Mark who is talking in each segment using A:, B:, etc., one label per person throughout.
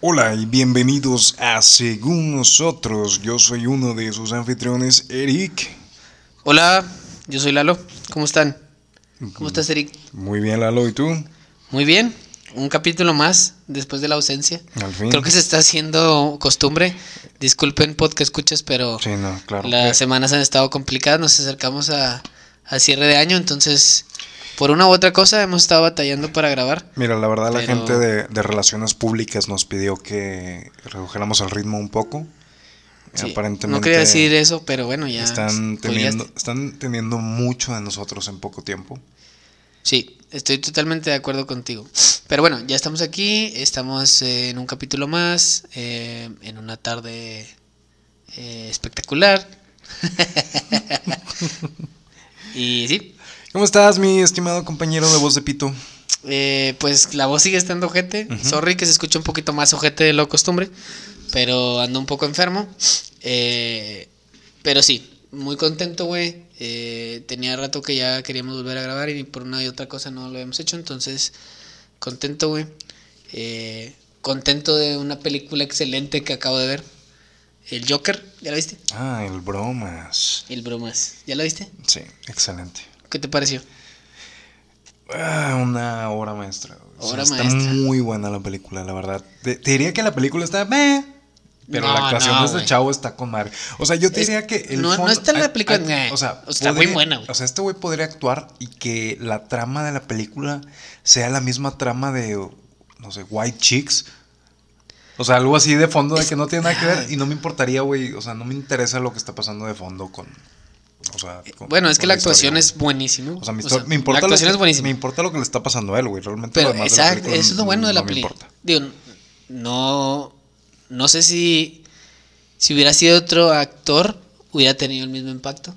A: Hola y bienvenidos a Según Nosotros. Yo soy uno de sus anfitriones, Eric.
B: Hola, yo soy Lalo. ¿Cómo están? ¿Cómo estás, Eric?
A: Muy bien, Lalo, ¿y tú?
B: Muy bien. Un capítulo más después de la ausencia.
A: Al fin.
B: Creo que se está haciendo costumbre. Disculpen podcast escuchas, pero
A: Sí, no, claro.
B: las
A: Eh,
B: semanas han estado complicadas. Nos acercamos a, a cierre de año, entonces por una u otra cosa hemos estado batallando para grabar.
A: Mira, la verdad la
B: Pero-
A: gente de, de relaciones públicas nos pidió que redujéramos el ritmo un poco.
B: Sí,
A: Aparentemente
B: no quería decir eso, pero bueno, ya.
A: están
B: spoileaste.
A: teniendo, están teniendo mucho de nosotros en poco tiempo.
B: Sí, estoy totalmente de acuerdo contigo. Pero bueno, ya estamos aquí, estamos eh, en un capítulo más, eh, en una tarde eh, espectacular. y sí,
A: ¿Cómo estás, mi estimado compañero de voz de pito?
B: eh, pues la voz sigue estando ojete.
A: Ujú.
B: Sorry que se escucha un poquito más ojete de lo costumbre, pero ando un poco enfermo. Eh, pero sí, muy contento, güey. Eh, tenía rato que ya queríamos volver a grabar y por una y otra cosa no lo habíamos hecho, entonces contento, güey. Eh, contento de una película excelente que acabo de ver. El Joker, ¿ya la viste?
A: Ah, el bromas.
B: El Bromas, ¿ya la viste?
A: Sí, excelente.
B: ¿Qué te pareció?
A: Ah, una obra maestra. güey. O sea,
B: Obra
A: está
B: maestra.
A: muy buena la película, la verdad. Te, te diría que la película está meh, pero
B: No,
A: la actuación
B: no,
A: de este
B: güey.
A: chavo está con madre. O sea, yo te
B: Es-
A: diría que el
B: no- no
A: fondo-
B: está la
A: ay,
B: película
A: ay,
B: meh.
A: o sea,
B: Está muy buena, güey.
A: O sea, este güey podría actuar y que la trama de la película sea la misma trama de no sé, White Chicks. O sea, algo así de fondo de que no tiene nada que
B: ah.
A: ver y no me importaría, güey, o sea, no me interesa lo que está pasando de fondo con o sea, con-
B: Eh, Bueno, es que
A: con
B: la actuación
A: historia, güey.
B: es buenísima.
A: O sea, me,
B: O
A: histo-
B: sea,
A: me importa
B: La
A: lo
B: actuación
A: que,
B: es buenísima.
A: me importa lo que le está pasando a él, güey. Realmente
B: Pero
A: lo demás de la
B: exacto,
A: película
B: eso es lo bueno de la
A: no me
B: película.
A: importa.
B: Digo, no, no sé si si hubiera sido otro actor hubiera tenido el mismo impacto.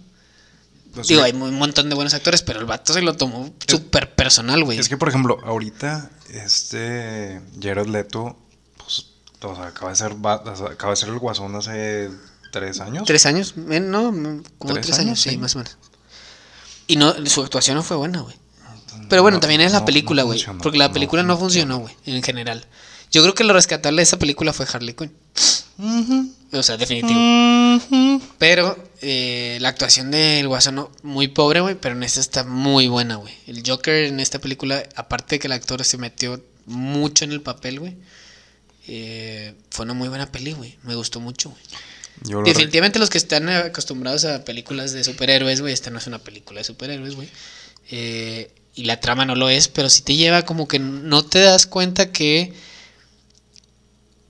A: O sea,
B: Digo, hay un montón de buenos actores, pero el vato se lo tomó súper personal, güey.
A: es que por ejemplo, ahorita este Jared Leto pues o sea, acaba de ser va- o sea, acaba de ser el Guasón hace tres años.
B: Tres años, eh, no, mm, como
A: ¿Tres
B: tres,
A: años?
B: años, sí,
A: Sí.
B: más o menos. Y no, su actuación no fue buena, güey. Pero bueno,
A: Mm, No,
B: también es
A: no-
B: la película,
A: no
B: güey.
A: funcionó,
B: porque la película no funcionó, güey, en general. Yo creo que lo rescatable de esa película fue Harley Quinn.
A: Ujú.
B: O sea, definitivo.
A: Ujú.
B: Pero eh, la actuación del Guasón no- muy pobre, güey, pero en esta está muy buena, güey. El Joker en esta película, aparte de que el actor se metió mucho en el papel, güey, eh, fue una muy buena peli, güey. Me gustó mucho, güey.
A: Yo lo re-
B: Definitivamente los que están acostumbrados a películas de superhéroes, güey, esta no es una película de superhéroes, güey. Eh, y la trama no lo es, pero sí te lleva como que no te das cuenta que...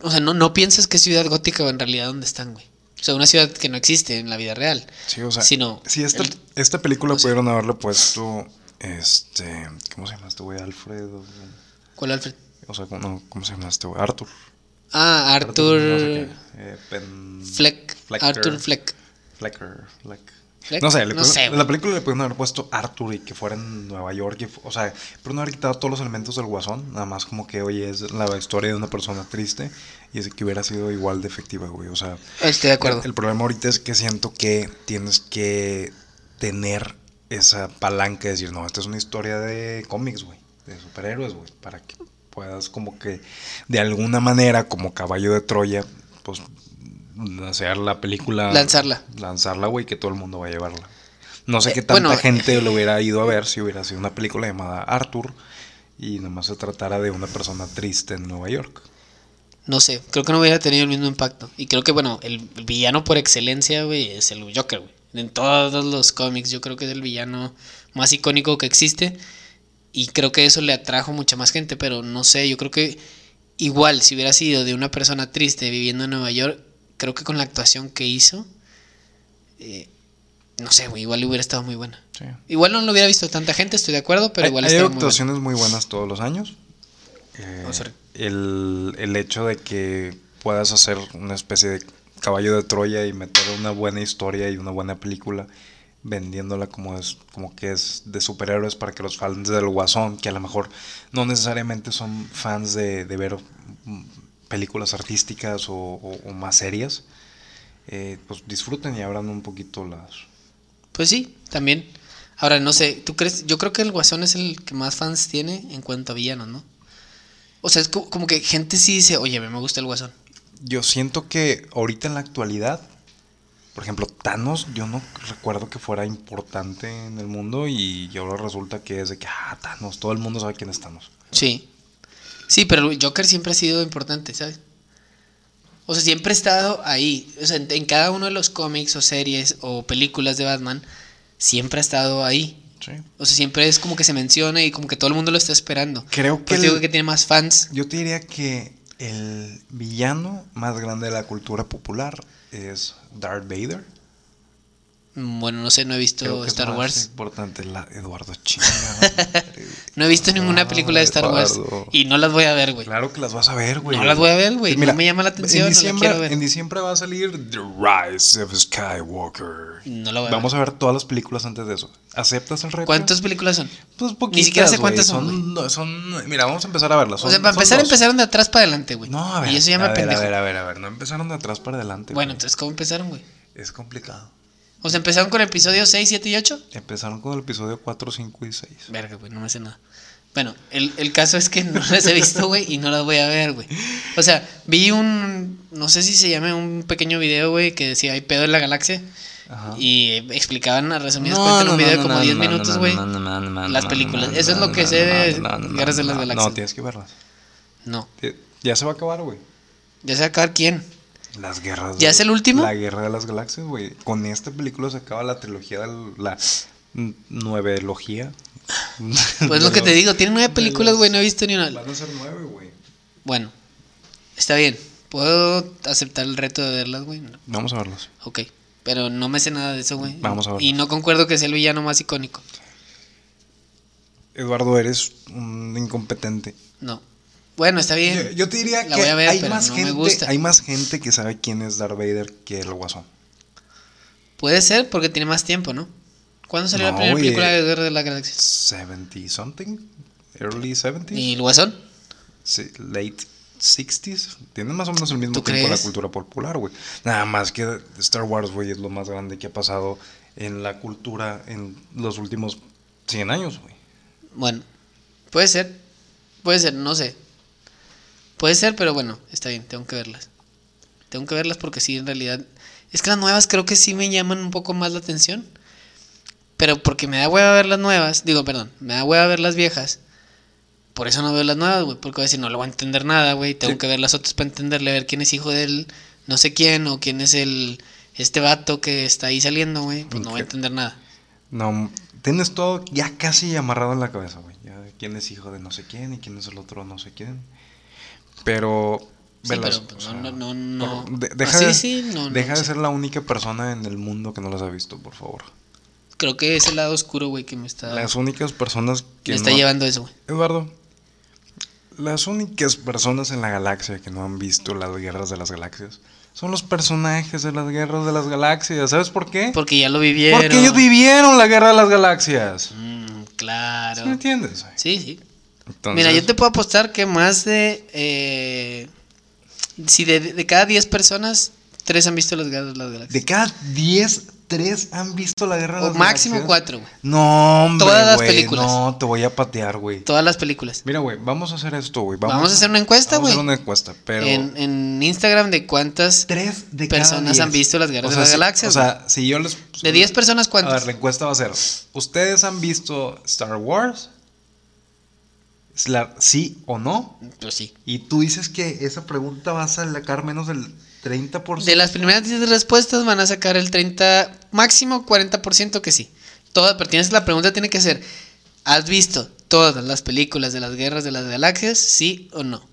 B: O sea, no, no piensas que es ciudad gótica o en realidad dónde están, güey. O sea, una ciudad que no existe en la vida real.
A: Sí, o sea,
B: si no,
A: si esta,
B: el-
A: esta película
B: o sea-
A: pudieron haberle puesto este, ¿cómo se llama este güey? Alfredo.
B: ¿Cuál Alfred?
A: O sea, no, ¿cómo se llama este güey? Arthur.
B: Ah, Arthur
A: no sé qué, eh, Pen-
B: Fleck.
A: Flecker.
B: Arthur Fleck.
A: Flecker, Fleck.
B: Fleck?
A: No sé, le
B: no
A: pudieron-
B: sé,
A: la
B: güey.
A: película le pudieron haber puesto Arthur y que fuera en Nueva York. y fu- o sea, pero no haber quitado todos los elementos del guasón. Nada más como que, oye, es la historia de una persona triste y es que hubiera sido igual de efectiva, güey. O sea,
B: Estoy de acuerdo.
A: el, el problema ahorita es que siento que tienes que tener esa palanca de decir, no, esta es una historia de cómics, güey, de superhéroes, güey, para que puedas como que de alguna manera, como caballo de Troya, pues hacer la película.
B: Lanzarla.
A: Lanzarla, güey, que todo el mundo va a llevarla. No sé
B: Eh,
A: qué tanta
B: bueno,
A: gente lo hubiera ido a ver si hubiera sido una película llamada Arthur y nomás se tratara de una persona triste en Nueva York.
B: No sé, creo que no hubiera tenido el mismo impacto. Y creo que, bueno, el villano por excelencia, güey, es el Joker, güey. En todos los cómics, yo creo que es el villano más icónico que existe. Y creo que eso le atrajo mucha más gente, pero no sé, yo creo que igual si hubiera sido de una persona triste viviendo en Nueva York, creo que con la actuación que hizo, eh, no sé, güey, igual hubiera estado muy buena.
A: Sí.
B: Igual no lo hubiera visto tanta gente, estoy de acuerdo, pero
A: Hay-
B: igual
A: hay,
B: estaba muy buena.
A: actuaciones muy buenas todos los años. Eh,
B: Oh, sorry.
A: el, el hecho de que puedas hacer una especie de caballo de Troya y meter una buena historia y una buena película vendiéndola como es como que es de superhéroes para que los fans del Guasón, que a lo mejor no necesariamente son fans de, de ver mm, películas artísticas o, o- o más serias, eh, pues disfruten y abran un poquito las...
B: Pues sí, también. Ahora, no sé, ¿tú crees? Yo creo que el Guasón es el que más fans tiene en cuanto a villanos, ¿no? O sea, es co- como que gente sí dice, oye, a mí me gusta el guasón.
A: Yo siento que ahorita en la actualidad, por ejemplo, Thanos, yo no recuerdo que fuera importante en el mundo y y ahora resulta que es de que, ah, Thanos, todo el mundo sabe quién es Thanos.
B: Sí. Sí, pero el Joker siempre ha sido importante, ¿sabes? O sea, siempre ha estado ahí. O sea, en, en cada uno de los cómics o series o películas de Batman, siempre ha estado ahí.
A: Sí.
B: O sea, siempre es como que se menciona y como que todo el mundo lo está esperando.
A: Creo que,
B: Pues digo
A: el-
B: que tiene más fans.
A: yo te diría que el villano más grande de la cultura popular es Darth Vader.
B: Mm, Bueno, no sé, no he visto
A: Creo que es
B: Star
A: más
B: Wars.
A: importante la Eduardo Chinga.
B: No he visto ninguna película de Star Wars.
A: Eduardo.
B: Y no las voy a ver, güey.
A: Ah, Claro que las vas a ver, güey.
B: No las voy a ver, güey.
A: Mira,
B: No me llama la atención.
A: En
B: no la
A: diciembre,
B: quiero ver.
A: en diciembre va a salir The Rise of Skywalker.
B: No la voy a ver.
A: Vamos a ver todas las películas antes de eso. ¿Aceptas el reto?
B: ¿Cuántas películas son?
A: Pues poquitas,
B: Ni siquiera sé
A: güey.
B: cuántas son,
A: no, son- Mira, vamos a empezar a verlas.
B: o
A: Son-
B: sea, para
A: son
B: empezar,
A: dos.
B: empezaron de atrás para adelante, güey.
A: No, a ver.
B: Y eso ya me
A: a ver, a
B: pendejo.
A: ver, a ver, a ver. No empezaron de atrás para adelante.
B: Bueno,
A: güey.
B: entonces, ¿cómo empezaron, güey?
A: Es complicado.
B: O sea, empezaron con episodios 6, 7 y 8.
A: Empezaron con el episodio 4, 5 y 6.
B: Verga, güey, no me hace nada. Bueno, el, el caso es que no las he visto, güey, y no las voy a ver, güey. O sea, vi un, no sé si se llame un pequeño video, güey, que decía, hay pedo en la galaxia.
A: Ajá.
B: Y eh, explicaban a resumidas cuentas en un video de como 10 minutos, güey. No, las películas. Eso es lo que sé de Guerras de las Galaxias.
A: No, tienes que verlas. Ti- Ya se va a acabar, güey.
B: Ya se va a acabar quién.
A: Las guerras.
B: ¿Ya
A: de-
B: es el último?
A: La guerra de las galaxias, güey. Con esta película se acaba la trilogía, del- la n- nuevelogía.
B: Pues lo que te digo, tiene nueve películas, güey, no he visto ni una.
A: Van a ser nueve, güey.
B: Bueno, está bien. Puedo aceptar el reto de verlas, güey. No.
A: Vamos a verlos.
B: Ok, pero no me sé nada de eso, güey.
A: Vamos a ver.
B: Y no concuerdo que sea el villano más icónico.
A: Eduardo, eres un incompetente.
B: No. Bueno, está bien.
A: Yo, yo te diría
B: La
A: que
B: voy a ver,
A: hay,
B: pero
A: más
B: no me
A: gente,
B: gusta.
A: hay más gente que sabe quién es Darth Vader que el Guasón.
B: Puede ser porque tiene más tiempo, ¿no? ¿Cuándo salió
A: No,
B: la primera
A: güey.
B: película de Guerra de la Galaxia?
A: 70 something, early 70s,
B: ¿Y el Guasón?
A: sí, late 60s. Tienen más o menos el mismo
B: ¿Tú
A: tiempo la
B: crees?
A: cultura popular, güey. Nada más que Star Wars, güey, es lo más grande que ha pasado en la cultura en los últimos 100 años, güey.
B: Bueno, puede ser. Puede ser, no sé. Puede ser, pero bueno, está bien, tengo que verlas. Tengo que verlas porque sí, en realidad. Es que las nuevas creo que sí me llaman un poco más la atención. Pero porque me da hueva ver las nuevas. Digo, perdón, me da hueva ver las viejas. Por eso no veo las nuevas, güey. Porque voy a decir, no le voy a entender nada, güey. Tengo
A: Sí.
B: que ver las otras para entenderle, a ver quién es hijo del no sé quién o quién es el. Este vato que está ahí saliendo, güey. Pues no voy a
A: Ok.
B: entender nada.
A: No, tienes todo ya casi amarrado en la cabeza, güey. Ya quién es hijo de no sé quién y quién es el otro no sé quién. Pero...
B: Sí,
A: velas,
B: pero,
A: o
B: pues,
A: sea,
B: no, no, no,
A: por- de-
B: no.
A: deja
B: Ah, sí,
A: de-
B: sí, no, no,
A: deja de
B: sí.
A: ser la única persona en el mundo que no las ha visto, por favor.
B: Creo que es el lado oscuro, güey, que me está,
A: Las únicas personas que
B: Ah. me está
A: no-
B: llevando eso, güey.
A: Eduardo, las únicas personas en la galaxia que no han visto las guerras de las galaxias son los personajes de las guerras de las galaxias. ¿Sabes por qué?
B: Porque ya lo vivieron.
A: Porque ellos vivieron la guerra de las galaxias.
B: Mm,
A: ¿Sí me
B: claro.
A: entiendes?
B: Sí, sí.
A: Entonces,
B: Mira, yo te puedo apostar que más de... eh, si de, de cada 10 personas, 3 han visto las guerras de las galaxias.
A: De cada 10, 3 han visto la guerra de
B: o
A: las
B: máximo
A: galaxias.
B: 4, güey.
A: No, hombre,
B: Todas las
A: güey,
B: películas.
A: No, te voy a patear, güey.
B: Todas las películas.
A: Mira, güey, vamos a hacer esto, güey.
B: Vamos, a hacer una encuesta,
A: Vamos a
B: güey.
A: hacer una encuesta, pero...
B: En, en Instagram de cuántas...
A: Tres de
B: Personas
A: cada
B: han
A: diez.
B: visto las guerras
A: O sea,
B: de las
A: si-
B: galaxias,
A: O sea, si yo les.
B: De 10 personas,
A: A ver,
B: ¿cuántas?
A: la encuesta va a ser: ¿Ustedes han visto Star Wars? Es la- ¿Sí o no?
B: Pues sí.
A: Y tú dices que esa pregunta va a sacar menos del 30%.
B: De las primeras 10 respuestas van a sacar el 30, máximo 40% que sí. Todas, pero tienes, la pregunta tiene que ser, ¿has visto todas las películas de las guerras de las galaxias? ¿Sí o no?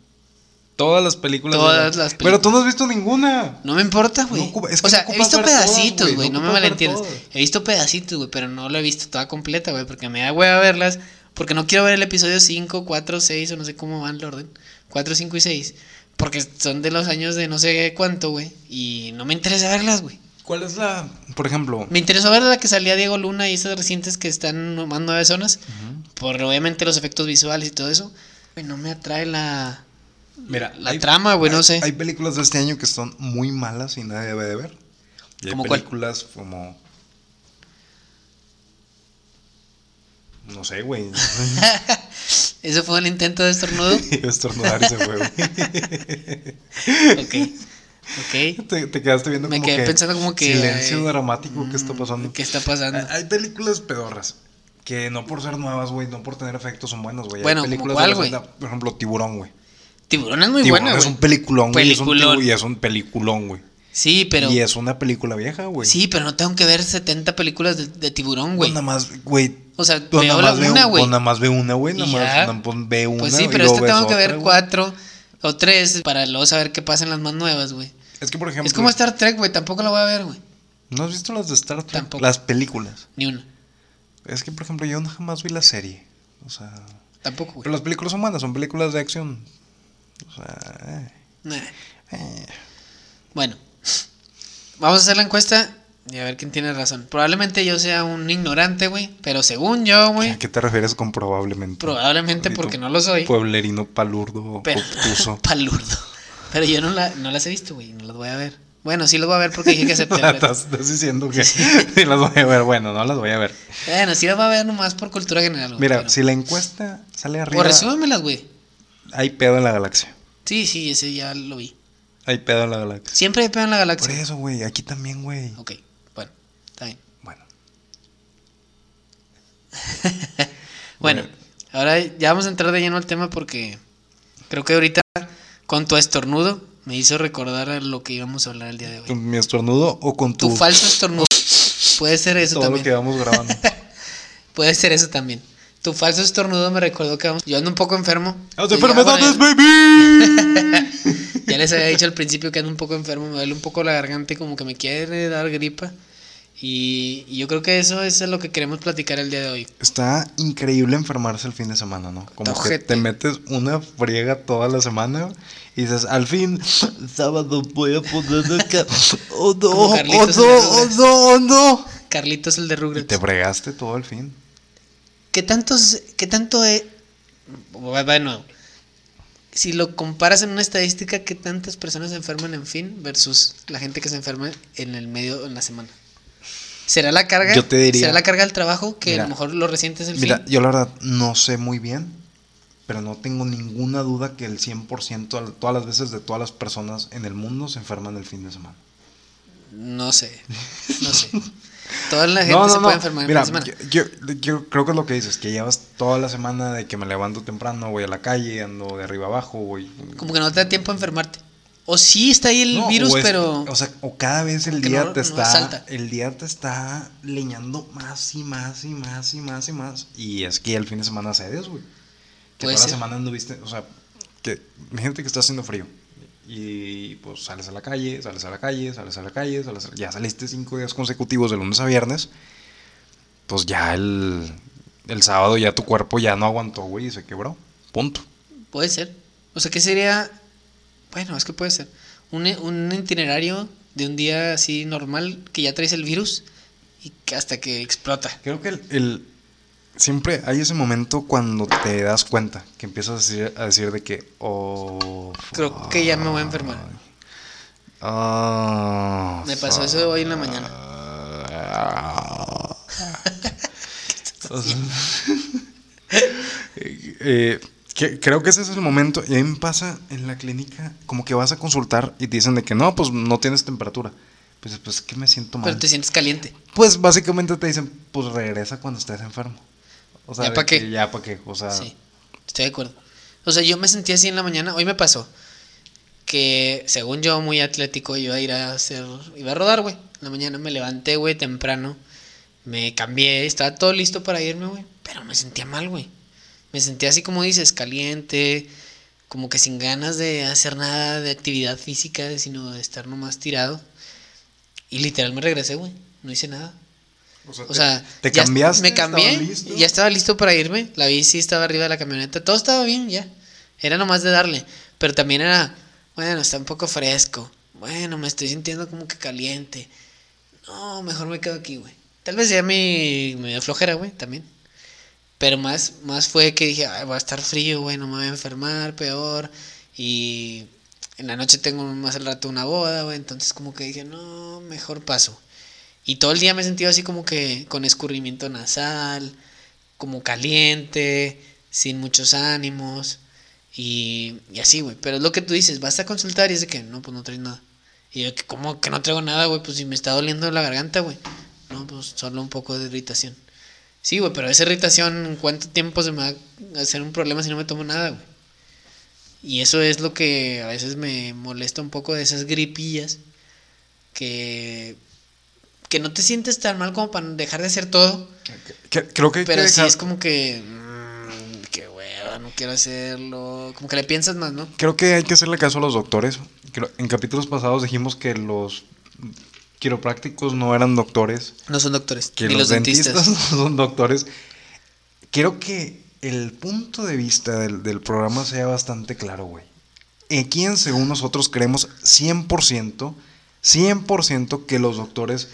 A: Todas las películas. de
B: Todas las
A: Pero tú no has visto ninguna.
B: No me importa, güey.
A: No ocupa- es que
B: o sea,
A: no ocupas
B: he visto
A: ver todas,
B: pedacitos,
A: güey,
B: güey,
A: no
B: no, me
A: ocupas ver
B: malentiendas.
A: todas.
B: He visto pedacitos, güey, pero no lo he visto toda completa, güey, porque me da hueva verlas, porque no quiero ver el episodio 5, 4, 6 o no sé cómo van el orden. 4, 5 y 6, porque son de los años de no sé cuánto, güey, y no me interesa verlas, güey.
A: ¿Cuál es la.? Por ejemplo.
B: Me interesó ver la que salía Diego Luna y esas recientes que están nomás nueve zonas.
A: Ujú.
B: Por obviamente los efectos visuales y todo eso. Güey, no me atrae la.
A: Mira,
B: la trama, güey, no
A: hay-
B: sé.
A: Hay películas de este año que son muy malas y nadie debe de ver. Y hay
B: ¿Cómo cuál?
A: películas como. No sé, güey.
B: Eso fue un intento de estornudo.
A: Iba a estornudar y se fue, güey.
B: Ok. Ok.
A: Te, te quedaste viendo
B: Me
A: como
B: quedé
A: que
B: pensando como que,
A: Silencio
B: ay, mm,
A: dramático, ¿qué está pasando? Ah,
B: ¿Qué está pasando?
A: Hay películas pedorras. Que no por ser nuevas, güey, no por tener efectos son buenas, güey. Hay
B: Bueno, ¿como
A: películas de
B: cuál,
A: los
B: güey?
A: 80, Por ejemplo, Tiburón, güey.
B: Tiburón es muy
A: Tiburón
B: buena,
A: es
B: güey.
A: un peliculón, güey. es un
B: Peliculón.
A: tibu- Y es un peliculón, güey.
B: Sí, pero.
A: Y es una película vieja, güey.
B: Sí, pero no tengo que ver 70 películas de, de tiburón,
A: Pues
B: güey.
A: Nada más, güey.
B: O sea,
A: Tú
B: veo
A: nada
B: la
A: más ve
B: una,
A: un-
B: güey.
A: pues Nada más ve una, güey. Nada
B: Y
A: más
B: ya.
A: nada, pues, ve una.
B: Pues sí,
A: y
B: pero
A: luego
B: esta
A: ves
B: tengo que
A: otra,
B: ver
A: güey.
B: cuatro o tres para luego saber qué pasa en las más nuevas, güey.
A: Es que, por ejemplo.
B: Es como Star Trek, güey. Tampoco la voy a ver, güey.
A: ¿No has visto las de Star Trek?
B: Tampoco.
A: Las películas.
B: Ni una.
A: Es que, por ejemplo, yo no jamás vi la serie. O sea.
B: Tampoco,
A: Pero
B: güey.
A: las películas son buenas, son películas de acción. O sea. eh,
B: Nah.
A: eh.
B: Bueno, vamos a hacer la encuesta y a ver quién tiene razón. Probablemente yo sea un ignorante, güey. Pero según yo, güey,
A: ¿A qué te refieres con probablemente?
B: probablemente
A: Y tú,
B: porque no lo soy.
A: Pueblerino palurdo,
B: Pero,
A: obtuso.
B: palurdo. Pero yo no, la, no las he visto, güey. No las voy a ver. Bueno, sí las voy a ver porque dije que
A: Ah,
B: septiembre.
A: Estás, estás diciendo que sí las voy a ver. Bueno, no las voy a ver.
B: bueno, sí las voy a ver nomás por cultura general, güey.
A: Mira,
B: pero-
A: si la encuesta sale
B: O
A: arriba,
B: resúmemelas, güey.
A: hay pedo en la galaxia.
B: Sí, sí, ese ya lo vi.
A: Hay pedo en la galaxia.
B: Siempre hay pedo en la
A: Por
B: galaxia.
A: eso, güey, aquí también, güey.
B: Ok, bueno, está bien.
A: Bueno,
B: Bueno,
A: Bueno.
B: ahora ya vamos a entrar de lleno al tema porque creo que ahorita con tu estornudo me hizo recordar a lo que íbamos a hablar el día de hoy.
A: ¿con mi estornudo o con tu,
B: Tu falso estornudo. Puede ser eso
A: todo lo que
B: también.
A: vamos grabando?
B: Puede ser eso también. Tu falso estornudo me recordó que vamos- yo ando un poco enfermo.
A: ¡Las
B: Y ya, bueno,
A: enfermedades, baby!
B: Ya les había dicho al principio que ando un poco enfermo, me duele un poco la garganta y como que me quiere dar gripa. Y, y yo creo que eso es lo que queremos platicar el día de hoy.
A: Está increíble enfermarse el fin de semana, ¿no? Como que
B: Ojete.
A: te metes una friega toda la semana y dices, al fin, sábado voy a poder acá. ¡Oh no!
B: Como
A: ¡Oh
B: Carlitos
A: no!
B: en el
A: ¡Oh no! ¡Oh no!
B: Carlitos, el de
A: Y
B: Rugrats.
A: te fregaste todo el fin.
B: ¿Qué tantos, qué tanto es... Bueno, si lo comparas en una estadística, ¿qué tantas personas se enferman en fin versus la gente que se enferma en el medio, en la semana? ¿Será la carga?
A: Yo te diría-
B: ¿Será la carga del trabajo que
A: Mira.
B: a lo mejor lo resientes el
A: Mira,
B: fin?
A: yo la verdad no sé muy bien, pero no tengo ninguna duda que el 100% al- todas las veces de todas las personas en el mundo se enferman el fin de semana.
B: No sé, no sé. Toda la gente se puede enfermar en
A: Mira,
B: la semana.
A: Yo, yo- yo creo que es lo que dices, que llevas toda la semana de que me levanto temprano, voy a la calle, ando de arriba abajo, voy...
B: Como que no te da tiempo a enfermarte. O sí está ahí el
A: No,
B: virus,
A: o es-
B: pero...
A: O sea, o cada vez el
B: que
A: día
B: no-
A: te
B: no
A: está...
B: salta.
A: El día te está leñando más y más y más y más y más. Y es que el fin de semana se des, güey. Que toda
B: Puede
A: la
B: ser.
A: semana anduviste, o sea, que gente que está haciendo frío. Y pues sales a la calle, sales a la calle, sales a la calle, sales a- ya saliste cinco días consecutivos de lunes a viernes. Pues ya el, el sábado ya tu cuerpo ya no aguantó, güey, y se quebró. Punto.
B: Puede ser. O sea, ¿qué sería? Bueno, es que puede ser. Un, un itinerario de un día así normal que ya traes el virus y que hasta que explota.
A: Creo que el, el- siempre hay ese momento cuando te das cuenta que empiezas a decir, a decir de que oh
B: Creo que ya me voy a enfermar.
A: fuck. Ah,
B: Me pasó eso
A: fuck.
B: hoy en la mañana.
A: O sea, eh, que- creo que ese es el momento. Y a mí me pasa en la clínica, como que vas a consultar y te dicen de que no, pues no tienes temperatura. Pues, pues que me siento mal.
B: Pero te sientes caliente.
A: Pues básicamente te dicen, pues regresa cuando estés enfermo. O sea,
B: ¿Ya
A: de
B: pa'
A: que
B: qué?
A: Ya para qué. O sea,
B: Sí, estoy de acuerdo. O sea, yo me sentí así en la mañana. Hoy me pasó que, según yo, muy atlético, iba a ir a hacer. Iba a rodar, güey. En la mañana me levanté, güey, temprano. Me cambié, estaba todo listo para irme, güey. Pero me sentía mal, güey. Me sentía así como dices, caliente, como que sin ganas de hacer nada de actividad física, sino de estar nomás tirado. Y literal me regresé, güey. No hice nada. O sea,
A: te
B: ya
A: cambiaste.
B: Me cambié,
A: ¿Estabas listo?
B: ya estaba listo para irme. La bici estaba arriba de la camioneta. Todo estaba bien, ya. Era nomás de darle. Pero también era, bueno, está un poco fresco. Bueno, me estoy sintiendo como que caliente. No, mejor me quedo aquí, güey. Tal vez ya me, me dio flojera, güey, también. Pero más, más fue que dije, Ay, va a estar frío, güey, no me voy a enfermar, peor. Y en la noche tengo más al rato una boda, güey. Entonces como que dije, no, mejor paso. Y todo el día me he sentido así como que con escurrimiento nasal, como caliente, sin muchos ánimos y, y así, güey. Pero es lo que tú dices, vas a consultar y es de que no, pues no traes nada. Y yo, ¿cómo que no traigo nada, güey? Pues si me está doliendo la garganta, güey. No, pues solo un poco de irritación. Sí, güey, pero esa irritación, ¿en cuánto tiempo se me va a hacer un problema si no me tomo nada, güey? Y eso es lo que a veces me molesta un poco de esas gripillas que que no te sientes tan mal como para dejar de hacer todo.
A: Que- creo que hay que
B: Pero sí
A: dejar-
B: es como que. mm, qué hueva, no quiero hacerlo. Como que le piensas más, ¿no?
A: Creo que hay que hacerle caso a los doctores. Creo- En capítulos pasados dijimos que los quiroprácticos no eran doctores,
B: No son doctores.
A: que
B: ni
A: los,
B: los dentistas.
A: dentistas, no son doctores. Creo que el punto de vista del, del programa sea bastante claro, güey. Aquí en según nosotros creemos 100%, 100% que los doctores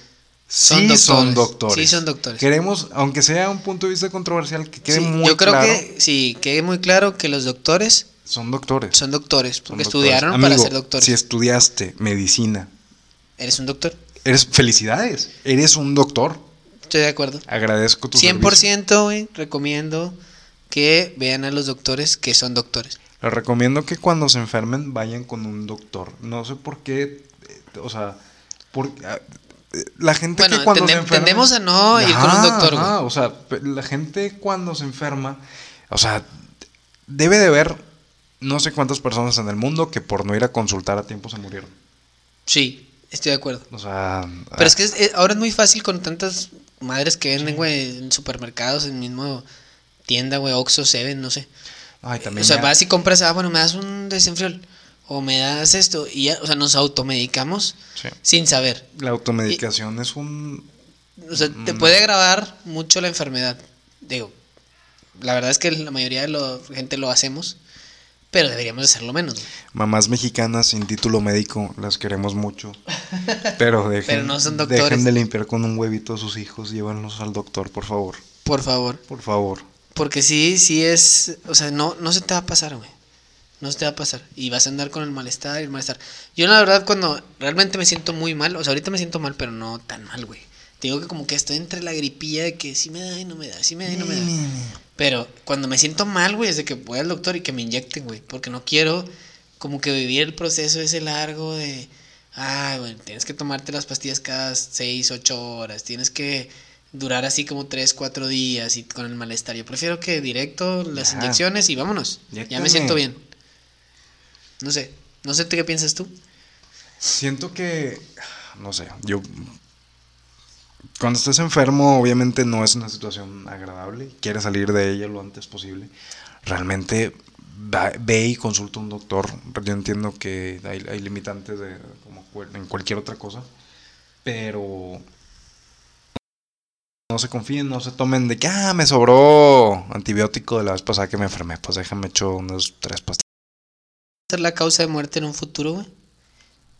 A: sí
B: Son
A: son
B: doctores,
A: doctores.
B: sí son doctores.
A: Queremos, aunque sea un punto de vista controversial, que quede
B: Sí,
A: muy
B: yo creo
A: claro,
B: que sí, quede muy claro que los doctores
A: son doctores.
B: son doctores.
A: son
B: Porque
A: doctores.
B: estudiaron para
A: Amigo,
B: ser doctores.
A: Si estudiaste medicina,
B: Eres un doctor.
A: Eres, felicidades, eres un doctor.
B: Estoy de acuerdo.
A: Agradezco tu 100%.
B: 100% güey, recomiendo que vean a los doctores que son doctores.
A: Les recomiendo que cuando se enfermen vayan con un doctor. No sé por qué, eh, o sea, por, ah, eh, la gente
B: Bueno,
A: que cuando
B: tende-
A: se enferma...
B: tendemos a no ir con un doctor, güey.
A: o sea, pe- la gente cuando se enferma, o sea, debe de ver no sé cuántas personas en el mundo que por no ir a consultar a tiempo se murieron.
B: Sí, estoy de acuerdo.
A: O sea... ah,
B: Pero es que es- eh, ahora es muy fácil con tantas madres que venden, güey, en supermercados, en mismo tienda, güey, Oxxo, Seven, no sé.
A: ay, también
B: o sea,
A: me-
B: vas y compras, ah, bueno, me das un desenfriol o me das esto y ya, o sea, nos automedicamos
A: sí.
B: sin saber.
A: La automedicación es un...
B: O sea, te puede agravar mucho la enfermedad. Digo, la verdad es que la mayoría de la gente lo hacemos, pero deberíamos hacerlo menos. güey.
A: Mamás mexicanas sin título médico, las queremos mucho. Pero dejen,
B: Pero no son doctores.
A: dejen de limpiar con un huevito a sus hijos, llévanlos al doctor, por favor.
B: Por favor.
A: Por favor.
B: Porque sí, sí es. O sea, no, no se te va a pasar, güey. No se te va a pasar. Y vas a andar con el malestar y el malestar. Yo, la verdad, cuando realmente me siento muy mal, o sea, ahorita me siento mal, pero no tan mal, güey. Te digo que como que estoy entre la gripilla de que sí me da y no me da, sí me da y no me da. Pero cuando me siento mal, güey, es de que voy al doctor y que me inyecten, güey. Porque no quiero como que vivir el proceso ese largo de. Ah, güey, tienes que tomarte las pastillas cada 6, 8 horas. Tienes que durar así como 3, 4 días y con el malestar. Yo prefiero que directo las
A: Ya.
B: inyecciones y vámonos. Ya
A: Inyéctame.
B: me siento bien. No sé. No sé tú qué piensas tú.
A: Siento que, no sé, yo... Cuando estás enfermo, obviamente no es una situación agradable. Quieres salir de ella lo antes posible. Realmente va- ve y consulta a un doctor. Yo entiendo que hay, hay limitantes de, como cual- en cualquier otra cosa. Pero no se confíen, no se tomen de que, ah, me sobró antibiótico de la vez pasada que me enfermé. Pues déjame echo unos tres pastillas.
B: ser la causa de muerte en un futuro, güey?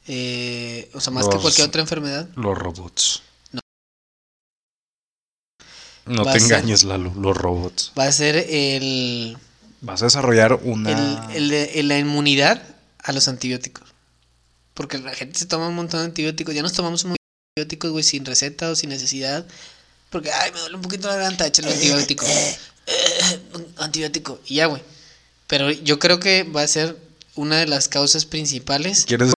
B: Eh, o sea, más que
A: Los-
B: cualquier otra enfermedad.
A: Los robots.
B: No.
A: No
B: Va
A: te
B: a ser-
A: engañes, Lalo, los robots.
B: Va a ser el,
A: Vas a desarrollar una...
B: el- el de- la inmunidad a los antibióticos. Porque la gente se toma un montón de antibióticos. Ya nos tomamos un montón de antibióticos, güey, sin receta o sin necesidad. Porque, ay, me duele un poquito la garganta, échale un antibiótico. Eh, Un antibiótico. Y ya, güey. Pero yo creo que va a ser una de las causas principales.
A: ¿Quieres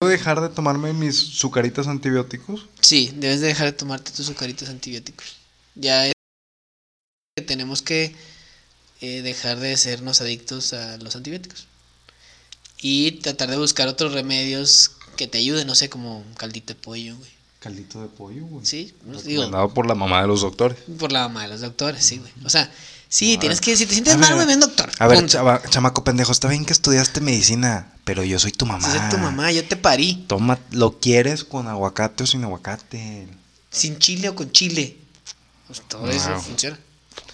A: dejar de tomarme mis sucaritas antibióticos?
B: Sí, debes de dejar de tomarte tus sucaritos antibióticos. Ya es que tenemos que eh, dejar de sernos adictos a los antibióticos. Y tratar de buscar otros remedios que te ayuden, no sé, como un caldito de pollo, güey.
A: Caldito de pollo, güey.
B: Sí, no sé, digo,
A: Recomendado por la mamá de los doctores.
B: por la mamá de los doctores, sí, güey. O sea, sí,
A: A
B: tienes
A: ver.
B: que, si te sientes
A: A
B: mal,
A: ver,
B: güey, ven doctor.
A: A ver,
B: punto.
A: chava- chamaco pendejo, está bien que estudiaste medicina, pero yo soy tu mamá.
B: Entonces, es tu mamá, yo te parí.
A: Toma, ¿lo quieres con aguacate o sin aguacate?
B: Sin chile o con chile. Pues todo eso
A: Wow.
B: funciona.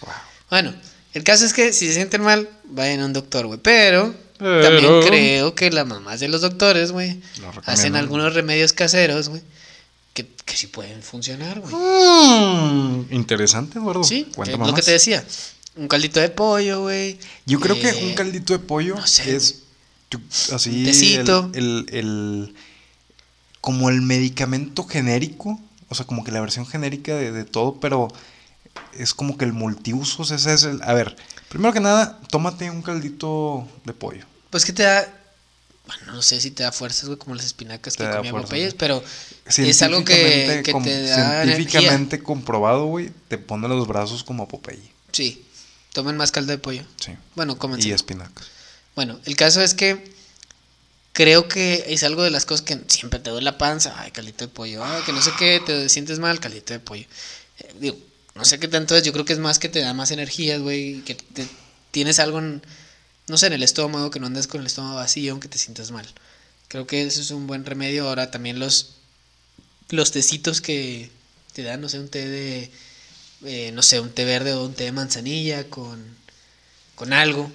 A: Wow.
B: Bueno, el caso es que si se sienten mal, vayan a un doctor, güey. Pero,
A: Pero-
B: también creo que las mamás de los doctores, güey,
A: Lo
B: hacen
A: recomiendan.
B: algunos remedios caseros, güey, que, que sí pueden funcionar, güey.
A: Mm, interesante, Eduardo.
B: Sí, que
A: Uh, Cuenta
B: es lo
A: mamás.
B: que te decía. Un caldito de pollo, güey.
A: Yo creo
B: Eh,
A: que un caldito de pollo
B: no sé,
A: es tu- así
B: Un tecito.
A: El, el- el- como el medicamento genérico, o sea, como que la versión genérica de, de todo, pero es como que el multiusos ese es el... A ver, primero que nada, tómate un caldito de pollo.
B: Pues que te da. Bueno, no sé si te da fuerzas, güey, como las espinacas
A: Te
B: que
A: da
B: comía
A: fuerzas,
B: Popeyes,
A: güey.
B: pero es algo que,
A: Científicamente
B: que
A: com-
B: te da. Energía.
A: Científicamente comprobado, güey, te pone los brazos como a Popeye.
B: Sí, tomen más caldo de pollo.
A: Sí.
B: Bueno, cómense.
A: Y espinacas.
B: Bueno, el caso es que creo que es algo de las cosas que siempre te duele la panza. Ay, caldito de pollo. Ay, que no sé qué, te sientes mal, caldito de pollo. Eh, digo, no sé qué tanto es. Yo creo que es más que te da más energías, güey. y Que te- tienes algo, en- no sé, en el estómago, que no andas con el estómago vacío, aunque te sientas mal. Creo que eso es un buen remedio. Ahora también los, los tecitos que te dan, no sé, un té de, eh, no sé, un té verde o un té de manzanilla con, con algo.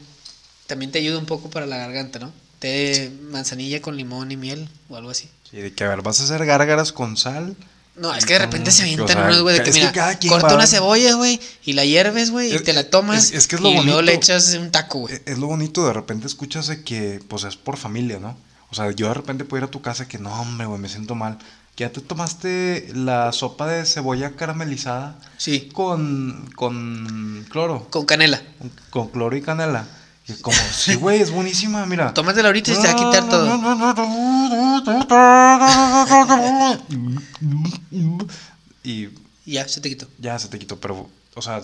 B: También te ayuda un poco para la garganta, ¿no? Té de manzanilla con limón y miel o algo así.
A: Sí, de que a ver, vas a hacer gárgaras con sal.
B: No, es que de repente se
A: Mm,
B: avientan
A: o sea,
B: unos, güey, de
A: es
B: que
A: que
B: mira,
A: cada quien
B: corta
A: va-
B: una cebolla, güey, y la hierves, güey, y
A: Es-
B: te
A: es-
B: la tomas
A: es que es lo
B: y luego le
A: bonito.
B: echas un taco, güey.
A: E- Es lo bonito, de repente escuchas de que, pues es por familia, ¿no? O sea, yo de repente puedo ir a tu casa que no, hombre, güey, me siento mal. Ya te tomaste la sopa de cebolla caramelizada
B: Sí,
A: con, con cloro,
B: con canela.
A: con cloro y canela. Y es como, sí, güey, es buenísima, mira.
B: Tómatela ahorita y te va a quitar todo.
A: Y
B: Ya, se te quitó.
A: ya se te quitó, pero, o sea,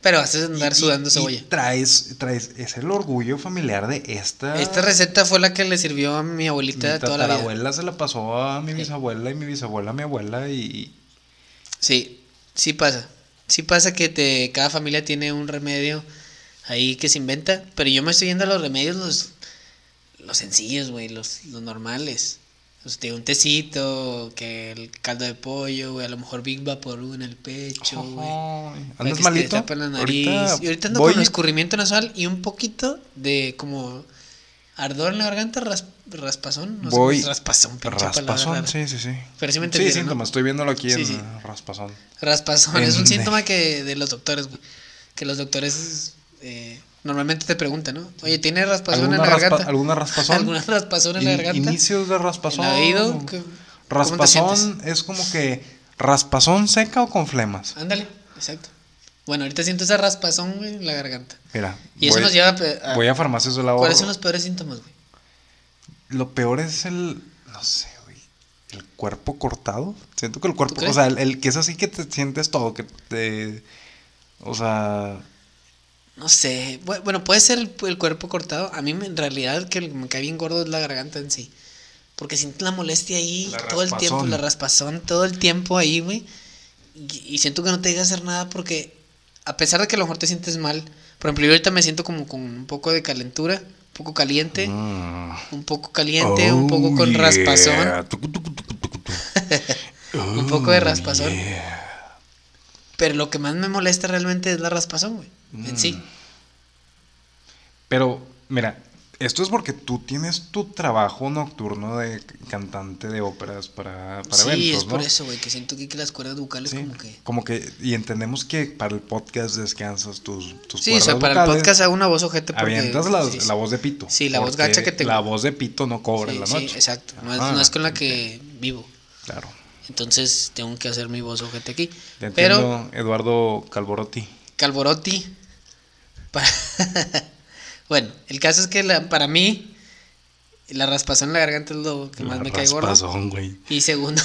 B: Pero haces andar
A: y-
B: sudando
A: y- y
B: cebolla.
A: traes, traes, es el orgullo familiar de esta.
B: Esta receta fue la que le sirvió a mi abuelita
A: ah. Mi
B: toda la vida.
A: tatarabuela se la pasó a mi bisabuela y mi bisabuela a mi abuela y.
B: Sí, sí pasa. Sí pasa que te, cada familia tiene un remedio ahí que se inventa, pero yo me estoy yendo a los remedios los, los sencillos, güey, los, los normales. O sea, te digo, un tecito, que el caldo de pollo, güey, a lo mejor Big Vaporú en el pecho, güey.
A: Ay, ¿Andas
B: para que se te
A: malito?
B: tape la nariz. y ahorita ando
A: voy
B: con
A: y-
B: escurrimiento nasal y un poquito de como ardor en la garganta, ras- raspazón. No sé,
A: Voy-
B: raspazón, pinche palabra rara.
A: Raspazón, sí, sí, sí.
B: Pero sí
A: Sí,
B: me entendieron, ¿no?
A: síntoma, estoy viéndolo aquí
B: Sí,
A: en
B: sí.
A: Raspazón.
B: Raspazón, es un
A: En-
B: síntoma que de los doctores, güey. Que los doctores eh, normalmente te preguntan, ¿no? Oye, ¿tiene raspazón en
A: ¿Alguna,
B: la
A: raspa-
B: Pues garganta?
A: ¿Alguna raspazón?
B: ¿Alguna raspazón en la
A: In-
B: garganta?
A: Inicios de raspazón.
B: ¿En el oído?
A: o-
B: ¿Qué- cómo te
A: Raspazón
B: sientes? Ah.
A: es como que. ¿Raspazón seca o con flemas?
B: Ándale, exacto. Bueno, ahorita siento esa raspazón, güey, en la garganta.
A: Mira.
B: Y eso
A: voy-
B: nos lleva a pe- a...
A: Voy a farmacias del ahorro.
B: ¿Cuáles son los peores síntomas, güey?
A: Lo peor es el. No sé, güey. El cuerpo cortado. Siento que el cuerpo. O
B: crees?
A: sea, el, el que es así que te sientes todo. Que te. O sea.
B: No sé. bu- Bueno, puede ser el, el cuerpo cortado. A mí, me- en realidad, el que me cae bien gordo es la garganta en sí. Porque siento la molestia ahí
A: La
B: todo el tiempo,
A: raspazón.
B: la raspazón, todo el tiempo ahí, güey. Y, y siento que no te deja hacer nada porque, a pesar de que a lo mejor te sientes mal, por ejemplo, yo ahorita me siento como con un poco de calentura, un poco caliente,
A: mm,
B: un poco caliente, un poco
A: oh,
B: con
A: yeah,
B: raspazón,
A: tucu, tucu, tucu, tucu, tucu. Oh,
B: un poco de raspazón.
A: yeah.
B: Pero lo que más me molesta realmente es la raspazón, güey, en sí.
A: Mm, Pero, mira, esto es porque tú tienes tu trabajo nocturno de cantante de óperas para, para
B: sí,
A: eventos,
B: es por
A: ¿no?
B: eso, güey, que siento que, que las cuerdas bucales
A: Sí,
B: como que...
A: como que, y entendemos que para el podcast descansas tus, tus
B: Sí, o sea,
A: cuerdas
B: para
A: vocales.
B: el podcast hago una voz ojete porque...
A: Avientas la,
B: sí, sí.
A: la voz de pito.
B: Sí, la voz
A: porque
B: gacha que te-
A: La voz de pito no cobra en la
B: Sí,
A: noche. Ah,
B: Sí, exacto. No es,
A: Ajá,
B: no es con la que vivo.
A: Claro.
B: Entonces tengo que hacer mi voz ojete aquí.
A: Te
B: Pero
A: entiendo, Eduardo Calvorotti.
B: Calvorotti... para- bueno, el caso es que la- para mí la raspazón en la garganta es lo que más
A: La
B: me cae gordo.
A: raspazón, güey.
B: Y segundo,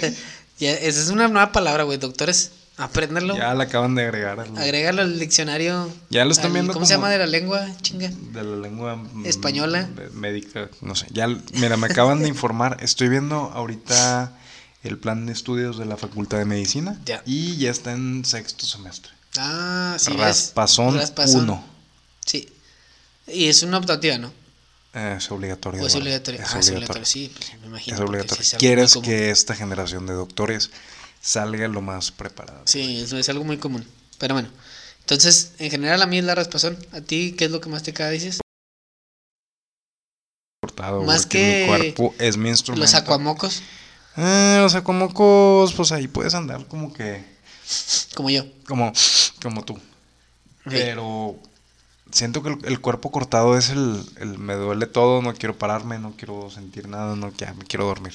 B: ya, esa es una nueva palabra, güey, doctores. Apréndanlo.
A: Ya la acaban de agregar. al-
B: Agrégalo al diccionario.
A: Ya lo están
B: al-
A: viendo
B: ¿Cómo se
A: como-
B: llama de la lengua? Chinga.
A: de la lengua mm,
B: Española.
A: de- médica, no sé. Ya, mira, me acaban de informar. Estoy viendo ahorita el plan de estudios de la Facultad de Medicina
B: Ya.
A: y ya está en sexto semestre.
B: Ah, sí. ves.
A: Raspazón
B: Raspazón.
A: 1.
B: Sí. Y es una optativa, ¿no?
A: Eh, es obligatorio.
B: O es
A: Eduardo.
B: obligatoria.
A: Es
B: ah, es obligatoria,
A: obligatorio.
B: sí, pues, me imagino.
A: Es
B: porque
A: obligatorio.
B: sí es algo
A: Quieres
B: muy común.
A: que esta generación de doctores salga lo más preparada.
B: Sí, es, es algo muy común. Pero bueno. Entonces, en general, a mí es la raspazón. ¿A ti qué es lo que más te cae, dices?
A: Cortado,
B: Más
A: porque
B: que
A: mi cuerpo es mi instrumento.
B: Los acuamocos,
A: Eh, los acuamocos, pues ahí puedes andar como que
B: como yo.
A: como, como tú.
B: Ok.
A: Pero siento que el, el cuerpo cortado es el, el me duele todo, no quiero pararme, no quiero sentir nada, no ya, me quiero dormir.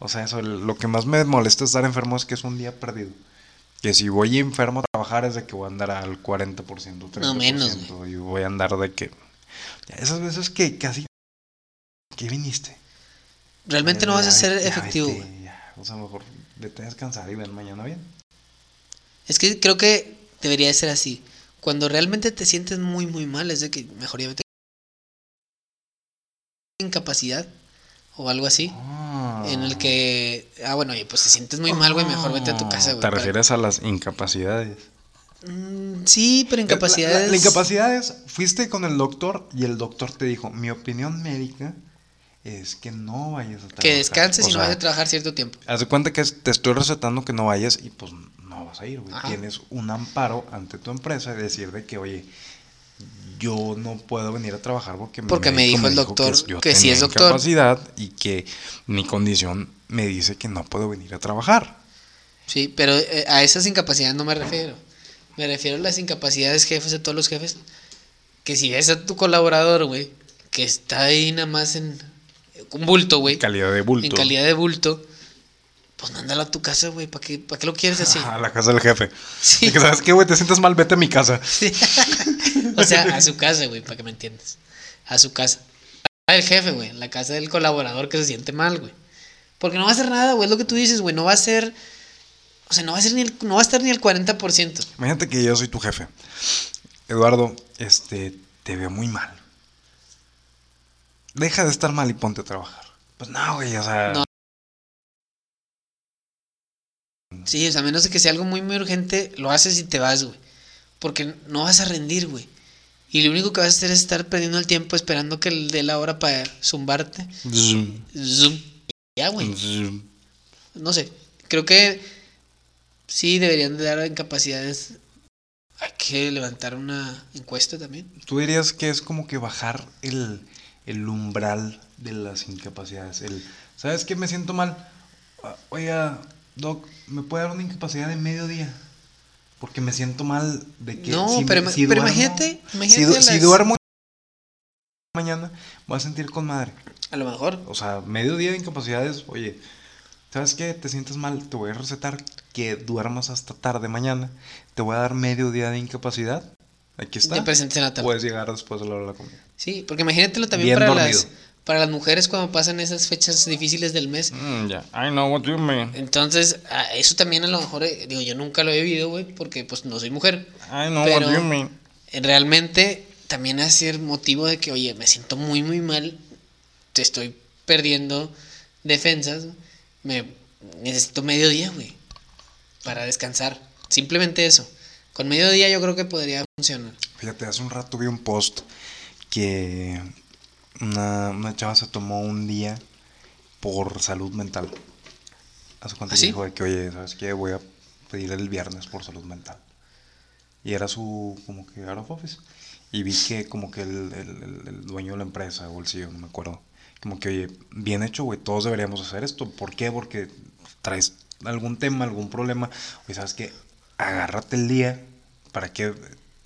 A: O sea, eso, el- lo que más me molesta estar enfermo es que es un día perdido. Que si voy enfermo a trabajar es de que voy a andar al 40%, 30%.
B: No, menos,
A: Y voy a andar de que... Esas veces que casi... ¿Qué viniste?
B: Realmente no vas a ser
A: Ya,
B: efectivo,
A: vete,
B: güey.
A: ya. O sea, mejor vete a descansar y ven mañana bien.
B: Es que creo que debería de ser así. Cuando realmente te sientes muy, muy mal, es de que mejor ya vete. Incapacidad o algo así. En el que. Ah, bueno, y pues te sientes muy mal, güey. Mejor vete a tu casa, güey.
A: Ah, ¿Te
B: para-
A: refieres a las incapacidades?
B: Mm, sí, pero incapacidades.
A: Eh, La, la- la incapacidad es, fuiste con el doctor y el doctor te dijo, mi opinión médica es que no vayas a trabajar.
B: Que descanses
A: O
B: y no
A: sea,
B: vayas a trabajar cierto tiempo.
A: Haz de cuenta que es- te estoy recetando que no vayas y pues no vas a ir, güey.
B: Ajá.
A: Tienes un amparo ante tu empresa de decir de que, oye, yo no puedo venir a trabajar porque mi
B: Porque me
A: médico
B: dijo el doctor
A: yo
B: que sí
A: tenía
B: es doctor.
A: incapacidad y que mi condición me dice que no puedo venir a trabajar.
B: Sí, pero eh, a esas incapacidades no me refiero. Me refiero a las incapacidades jefes de todos los jefes. Que si ves a tu colaborador, güey, que está ahí nada más en. Un bulto, güey.
A: En calidad de bulto.
B: En calidad de bulto. Pues mándalo a tu casa, güey. ¿Para qué, ¿Para qué lo quieres así?
A: A la casa del jefe.
B: Sí.
A: De que, ¿sabes qué, güey? Te sientes mal, vete a mi casa.
B: o sea, a su casa, güey, para que me entiendas. A su casa. La casa del jefe, güey. La casa del colaborador que se siente mal, güey. Porque no va a hacer nada, güey. Es lo que tú dices, güey. No va a ser. O sea, no va a, ser ni el- no va a estar ni el 40%.
A: Imagínate que yo soy tu jefe. Eduardo, este, te veo muy mal. Deja de estar mal y ponte a trabajar. Pues no, güey, o sea.
B: No. Sí, o sea, a menos de que sea algo muy, muy urgente, lo haces y te vas, güey. Porque no vas a rendir, güey. Y lo único que vas a hacer es estar perdiendo el tiempo esperando que le dé la hora para zumbarte.
A: Zoom,
B: Zoom. Ya, güey.
A: zoom.
B: No sé, creo que sí deberían de dar incapacidades. Hay que levantar una encuesta también.
A: Tú dirías que es como que bajar el, el umbral de las incapacidades. El, ¿Sabes qué? Me siento mal. Ah, Oiga, Doc, ¿me puede dar una incapacidad de mediodía? Porque me siento mal de que.
B: No,
A: si me-
B: pero ima-
A: si
B: pero
A: duermo-
B: imagínate-
A: Si,
B: imagínate
A: du-
B: a
A: si
B: las-
A: duermo mañana, me voy a sentir con madre.
B: A lo mejor.
A: O sea, medio día de incapacidades, oye, ¿sabes qué? Te sientes mal, te voy a recetar que duermas hasta tarde mañana, te voy a dar medio día de incapacidad, aquí está,
B: Te presentes en la tarde.
A: puedes llegar después de la hora de la comida.
B: Sí, porque imagínatelo también
A: Bien
B: para
A: dormido.
B: las, para las mujeres cuando pasan esas fechas difíciles del mes.
A: ya, I know what you mean,
B: Entonces, a- eso también a lo mejor, eh, digo, yo nunca lo he vivido, güey, porque pues no soy mujer.
A: I
B: know what Pero- you mean. Eh, Realmente también hace el motivo de que, oye, me siento muy, muy mal, te estoy perdiendo defensas, me necesito medio día, güey, para descansar. Simplemente eso. Con medio día yo creo que podría funcionar.
A: Fíjate, hace un rato vi un post que una, una chava se tomó un día por salud mental. Hace cuánto
B: ¿Ah, sí?
A: dijo de que, oye, ¿sabes qué? Voy a pedir el viernes por salud mental. Y era su, como que, out of office. Y vi que, como que el, el- el- el dueño de la empresa o el CEO, no me acuerdo. Como que, oye, bien hecho, güey, todos deberíamos hacer esto. ¿Por qué? Porque traes algún tema, algún problema. Oye, ¿sabes qué? Agárrate el día. ¿Para que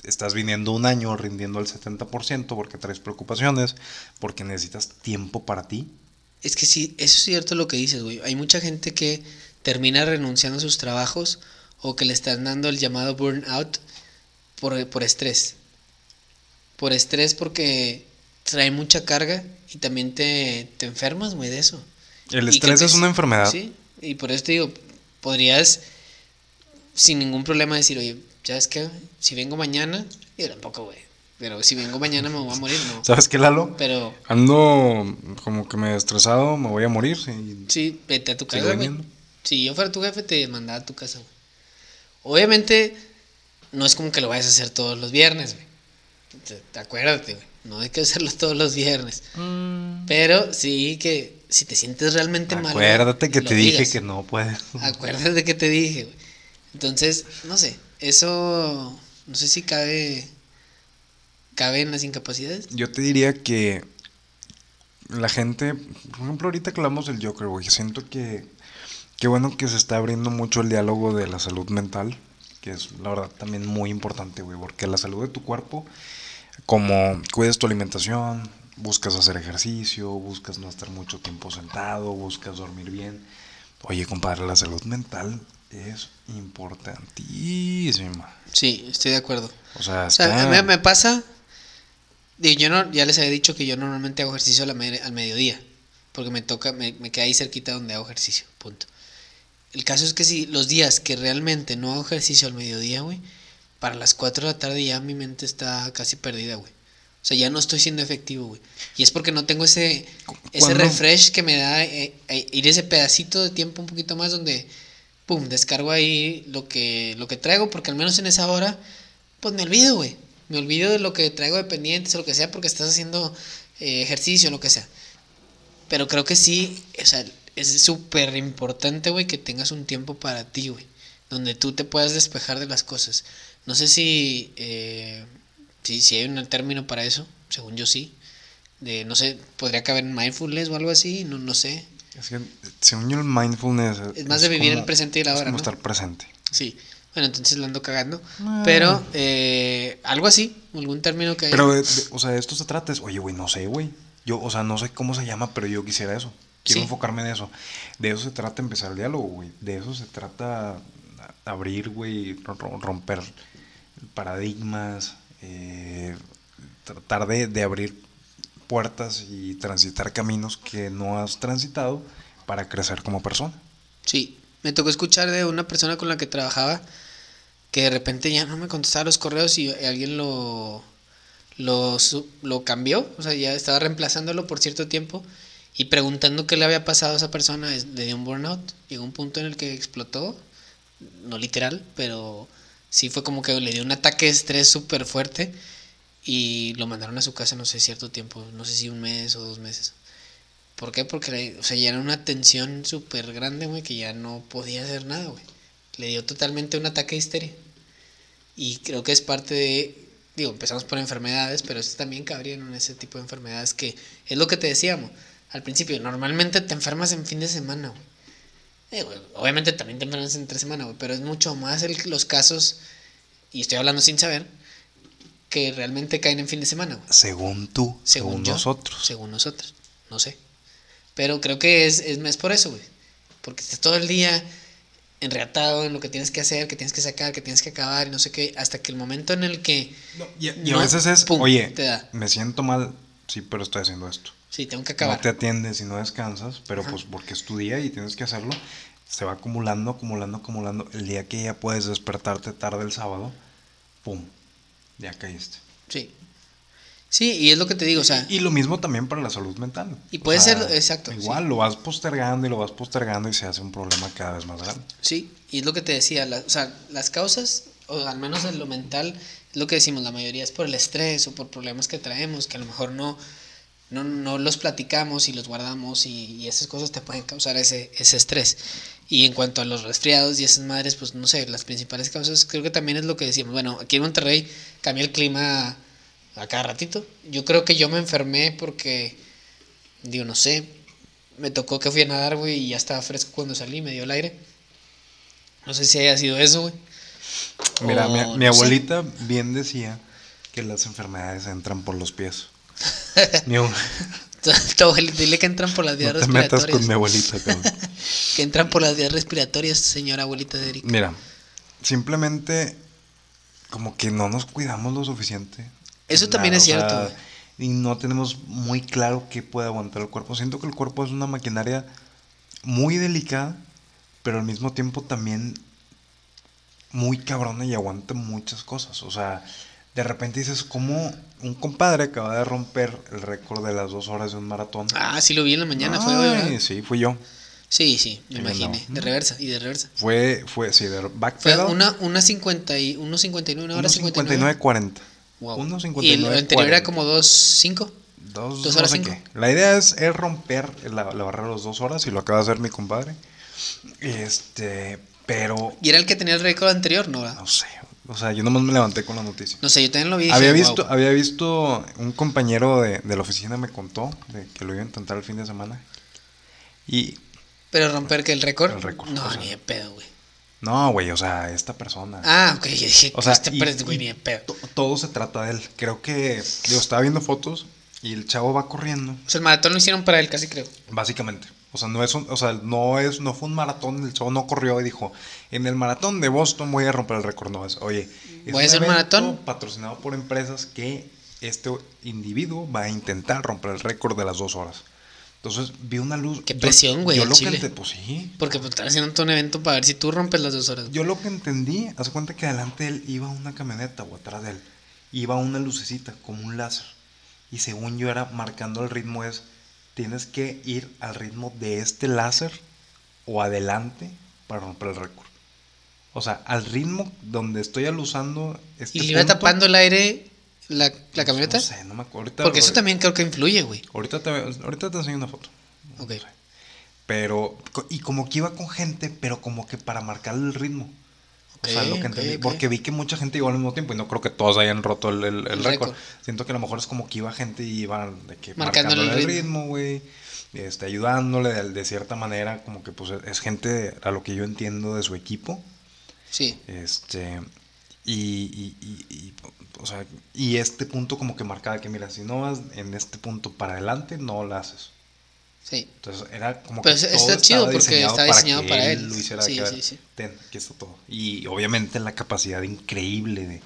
A: Estás viniendo un año rindiendo al 70% porque traes preocupaciones, porque necesitas tiempo para ti.
B: Es que sí, eso es cierto lo que dices, güey. Hay mucha gente que termina renunciando a sus trabajos o que le están dando el llamado burnout por, por estrés. Por estrés porque trae mucha carga y también te, te enfermas, güey, de eso.
A: El
B: Y creo
A: estrés
B: que
A: es una enfermedad.
B: Sí, y por eso te digo, podrías sin ningún problema decir, oye, ¿sabes qué? Si vengo mañana, yo tampoco, güey. Pero si vengo mañana me voy a morir, no.
A: ¿Sabes qué, Lalo?
B: Pero
A: Ando como que me estresado, me voy a morir. sí.
B: sí, vete a tu
A: Sigo
B: casa, güey.
A: viniendo.
B: Si yo fuera tu jefe, te mandaba a tu casa, güey. Obviamente, no es como que lo vayas a hacer todos los viernes, güey. Te- te Acuérdate, güey. No hay que hacerlo todos los viernes. Mm. Pero sí que si te sientes realmente mal. güey,
A: Acuérdate que
B: lo
A: te dije
B: digas.
A: que no puedes.
B: Acuérdate que te dije, güey. Entonces, no sé. Eso. No sé si cabe. Cabe en las incapacidades.
A: Yo te diría que la gente, por ejemplo, ahorita que hablamos del Joker, güey, siento que qué bueno que se está abriendo mucho el diálogo de la salud mental, que es la verdad también muy importante, güey, porque la salud de tu cuerpo, como cuidas tu alimentación, buscas hacer ejercicio, buscas no estar mucho tiempo sentado, buscas dormir bien. Oye, compadre, la salud mental es importantísima.
B: Sí, estoy de acuerdo.
A: O sea,
B: O sea,
A: está-
B: a mí me pasa. digo, yo no, ya les había dicho que yo normalmente hago ejercicio a la me- al mediodía. Porque me toca, me, me queda ahí cerquita donde hago ejercicio. Punto. El caso es que si los días que realmente no hago ejercicio al mediodía, güey, para las 4 de la tarde ya mi mente está casi perdida, güey. O sea, ya no estoy siendo efectivo, güey. Y es porque no tengo ese, ese
A: ¿Cuándo?
B: refresh que me da eh, eh, ir ese pedacito de tiempo un poquito más donde, pum, descargo ahí lo que, lo que traigo, porque al menos en esa hora, pues me olvido, güey. Me olvido de lo que traigo de pendientes o lo que sea, porque estás haciendo eh, ejercicio o lo que sea. Pero creo que sí, o sea, es súper importante, güey, que tengas un tiempo para ti, güey. Donde tú te puedas despejar de las cosas. No sé si, eh, si, si hay un término para eso, según yo sí. De, no sé, podría caber en mindfulness o algo así, no, no sé.
A: Es que, según yo, el mindfulness.
B: Es más de vivir
A: como-
B: el presente y la
A: es
B: hora,
A: como
B: ¿no?
A: estar presente.
B: Sí. Bueno, entonces lo ando cagando.
A: Ah.
B: Pero eh, algo así, algún término que...
A: Pero, eh, de- de- o sea, de esto se trata. es- Oye, güey, no sé, güey. Yo, o sea, no sé cómo se llama, pero yo quisiera eso. Quiero
B: Sí.
A: enfocarme en eso. De eso se trata empezar el diálogo, güey. De eso se trata a- abrir, güey, ro- ro- romper paradigmas, eh, tratar de, de abrir puertas y transitar caminos que no has transitado para crecer como persona.
B: Sí, me tocó escuchar de una persona con la que trabajaba que de repente ya no me contestaba los correos y alguien lo, lo, su- lo cambió, o sea, ya estaba reemplazándolo por cierto tiempo y preguntando qué le había pasado a esa persona, es- le dio un burnout, llegó un punto en el que explotó, no literal, pero sí fue como que le dio un ataque de estrés súper fuerte y lo mandaron a su casa, no sé, cierto tiempo, no sé si un mes o dos meses. ¿Por qué? Porque le- o sea, ya era una tensión súper grande, güey, que ya no podía hacer nada, güey. Le dio totalmente un ataque de histeria. Y creo que es parte de, digo, empezamos por enfermedades, pero eso también cabría en ese tipo de enfermedades que es lo que te decíamos al principio. Normalmente te enfermas en fin de semana, güey. Eh, güey, obviamente también te enfermas entre semana, güey, pero es mucho más el- los casos, y estoy hablando sin saber, que realmente caen en fin de semana, güey
A: Según tú, según,
B: yo,
A: nosotros.
B: Según nosotros, no sé. Pero creo que es, es más por eso, güey. Porque estás todo el día enreatado en lo que tienes que hacer, que tienes que sacar, que tienes que acabar y no sé qué, hasta que el momento en el que,
A: y, y
B: no,
A: a veces es,
B: pum,
A: oye,
B: te da.
A: me siento mal, sí, pero estoy haciendo esto.
B: sí, tengo que
A: no
B: acabar.
A: te atiendes y no descansas, pero
B: Ajá.
A: pues porque es tu día y tienes que hacerlo, se va acumulando, acumulando, acumulando. El día que ya puedes despertarte tarde el sábado, ¡pum! Ya caíste.
B: Sí. Sí, y es lo que te digo, o sea,
A: Y lo mismo también para la salud mental.
B: Y
A: O
B: puede
A: sea,
B: ser- exacto,
A: Igual, lo vas postergando y lo vas postergando y se hace un problema cada vez más grande.
B: sí, y es lo que te decía, la- o sea, las causas, o al menos en lo mental, es lo que decimos, la mayoría es por el estrés o por problemas que traemos, que a lo mejor no, no, no los platicamos y los guardamos y, y esas cosas te pueden causar ese, ese estrés. Y en cuanto a los resfriados y esas madres, pues no sé, las principales causas creo que también es lo que decíamos. Bueno, aquí en Monterrey cambia el clima a cada ratito. Yo creo que yo me enfermé porque, digo, no sé, me tocó que fui a nadar, güey, y ya estaba fresco cuando salí, me dio el aire. No sé si haya sido eso, güey.
A: Mira,
B: O
A: mi, mi
B: Oh, no sé.
A: abuelita bien decía que las enfermedades entran por los pies. Ni un-
B: Tu abuelita, dile que entran por las vías
A: no te metas
B: respiratorias.
A: con mi abuelita, cabrón.
B: Que entran por las vías respiratorias, señora abuelita de Erika.
A: Mira, simplemente como que no nos cuidamos lo suficiente.
B: Eso también es
A: o
B: cierto,
A: sea,
B: güey.
A: y no tenemos muy claro qué puede aguantar el cuerpo. Siento que el cuerpo es una maquinaria muy delicada, pero al mismo tiempo también muy cabrona y aguanta muchas cosas. O sea, de repente dices, como un compadre acaba de romper el récord de las dos horas de un maratón?
B: Ah, sí lo vi en la mañana, fue hoy,
A: Ay,
B: ¿verdad?
A: Sí, fui yo.
B: Sí, sí, me
A: Sí,
B: imaginé.
A: no.
B: De reversa, y de reversa.
A: Fue, fue, sí, de
B: Fue
A: backpedal.
B: una, una 50 y, uno 59, una hora 59.
A: 1.59.40.
B: Wow.
A: 1.59,
B: Y el anterior
A: 40.
B: era como 2.5.
A: Dos,
B: Dos
A: no
B: horas
A: sé
B: cinco.
A: qué. La idea es, es romper la, la barrera de los dos horas y lo acaba de hacer mi compadre. Este, pero
B: Y era el que tenía el récord anterior, ¿no? ¿verdad?
A: no sé. O sea, yo nomás me levanté con la noticia.
B: No sé, yo también lo vi. y
A: había,
B: dije,
A: visto,
B: wow.
A: había visto un compañero de, de la oficina me contó de que lo iba a intentar el fin de semana. Y
B: Pero romper que el récord.
A: ah. El récord,
B: No,
A: o sea.
B: ni de pedo, güey.
A: no, güey, o sea, esta persona.
B: Ah, ok, yo dije,
A: O sea,
B: este
A: y-
B: pres- güey,
A: y
B: ni de pedo.
A: to- todo se trata de él. Creo que, digo, estaba viendo fotos y el chavo va corriendo,
B: O sea, el maratón lo hicieron para él, casi creo.
A: básicamente. O sea, no es un- o sea, no es, no fue un maratón, el chavo no corrió y dijo, en el maratón de Boston voy a romper el récord. No, es, oye, es
B: Mm. Voy a hacer
A: evento
B: maratón.
A: patrocinado por empresas que este individuo va a intentar romper el récord de las dos horas. Entonces, vi una luz.
B: Qué
A: yo-
B: presión, güey,
A: Yo,
B: al
A: lo que
B: chile.
A: ente- pues sí.
B: Porque pues, están haciendo todo un evento para ver si tú rompes las dos horas.
A: Yo lo que entendí, hace cuenta que delante de él iba una camioneta o atrás de él. Iba una lucecita, como un láser. Y según yo era marcando el ritmo es, tienes que ir al ritmo de este láser o adelante para romper el récord. O sea, al ritmo donde estoy alusando este
B: y le iba
A: punto, pues,
B: tapando el aire la, la camioneta.
A: No sé, no me acuerdo. Ahorita,
B: porque eso también creo que influye, güey.
A: Ahorita te, ahorita te enseño una foto.
B: Ok.
A: Pero, co- y como que iba con gente, pero como que para marcar el ritmo. O sea,
B: Ok,
A: lo que
B: ok,
A: entendí.
B: ok.
A: Porque vi que mucha gente iba al mismo tiempo y no creo que todos hayan roto el, el- el
B: El
A: récord.
B: récord.
A: Siento que a lo mejor es como que iba gente y iba de que
B: Marcándole
A: marcándole,
B: el
A: el ritmo, güey. Este, ayudándole de, de cierta manera, como que pues es- es gente, a lo que yo entiendo, de su equipo.
B: Sí.
A: Este. Y, y- y- y, o sea, y este punto como que marcaba que, mira, si no vas en este punto para adelante, no lo haces.
B: Sí.
A: Entonces era como
B: Pero
A: que
B: es-
A: todo
B: Pues, está chido
A: estaba
B: porque
A: diseñado
B: está diseñado para él.
A: lo hiciera
B: Sí,
A: que,
B: sí, sí.
A: ten, aquí está todo. Y obviamente la capacidad increíble de...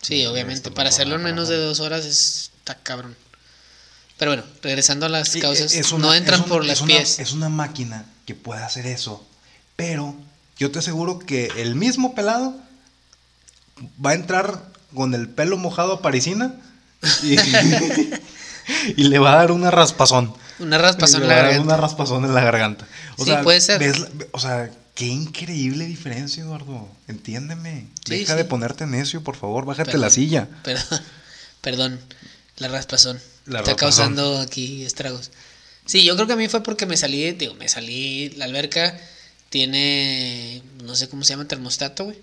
B: Sí,
A: de
B: obviamente.
A: esta
B: Para hacerlo en
A: persona,
B: menos de
A: para-
B: dos horas es- está cabrón. Pero bueno, regresando a las
A: Sí, e,
B: causas,
A: es una-
B: no entran
A: es un-
B: por
A: es
B: las
A: una-
B: pies.
A: Es una máquina que puede hacer eso, pero yo te aseguro que el mismo pelado va a entrar con el pelo mojado a parisina y, y le va a dar una raspazón.
B: Una raspazón en
A: Le
B: la
A: va a dar
B: garganta.
A: Una raspazón en la garganta. O
B: Sí,
A: sea,
B: puede ser.
A: ves la- o sea, qué increíble diferencia, Eduardo. Entiéndeme.
B: Sí,
A: Deja
B: sí.
A: de ponerte necio, por favor. Bájate
B: Perdón.
A: la silla.
B: Perdón, perdón, la raspazón.
A: La
B: está
A: raspazón.
B: causando aquí estragos. Sí, yo creo que a mí fue porque me salí, digo, me salí, la alberca tiene, no sé cómo se llama, termostato, güey.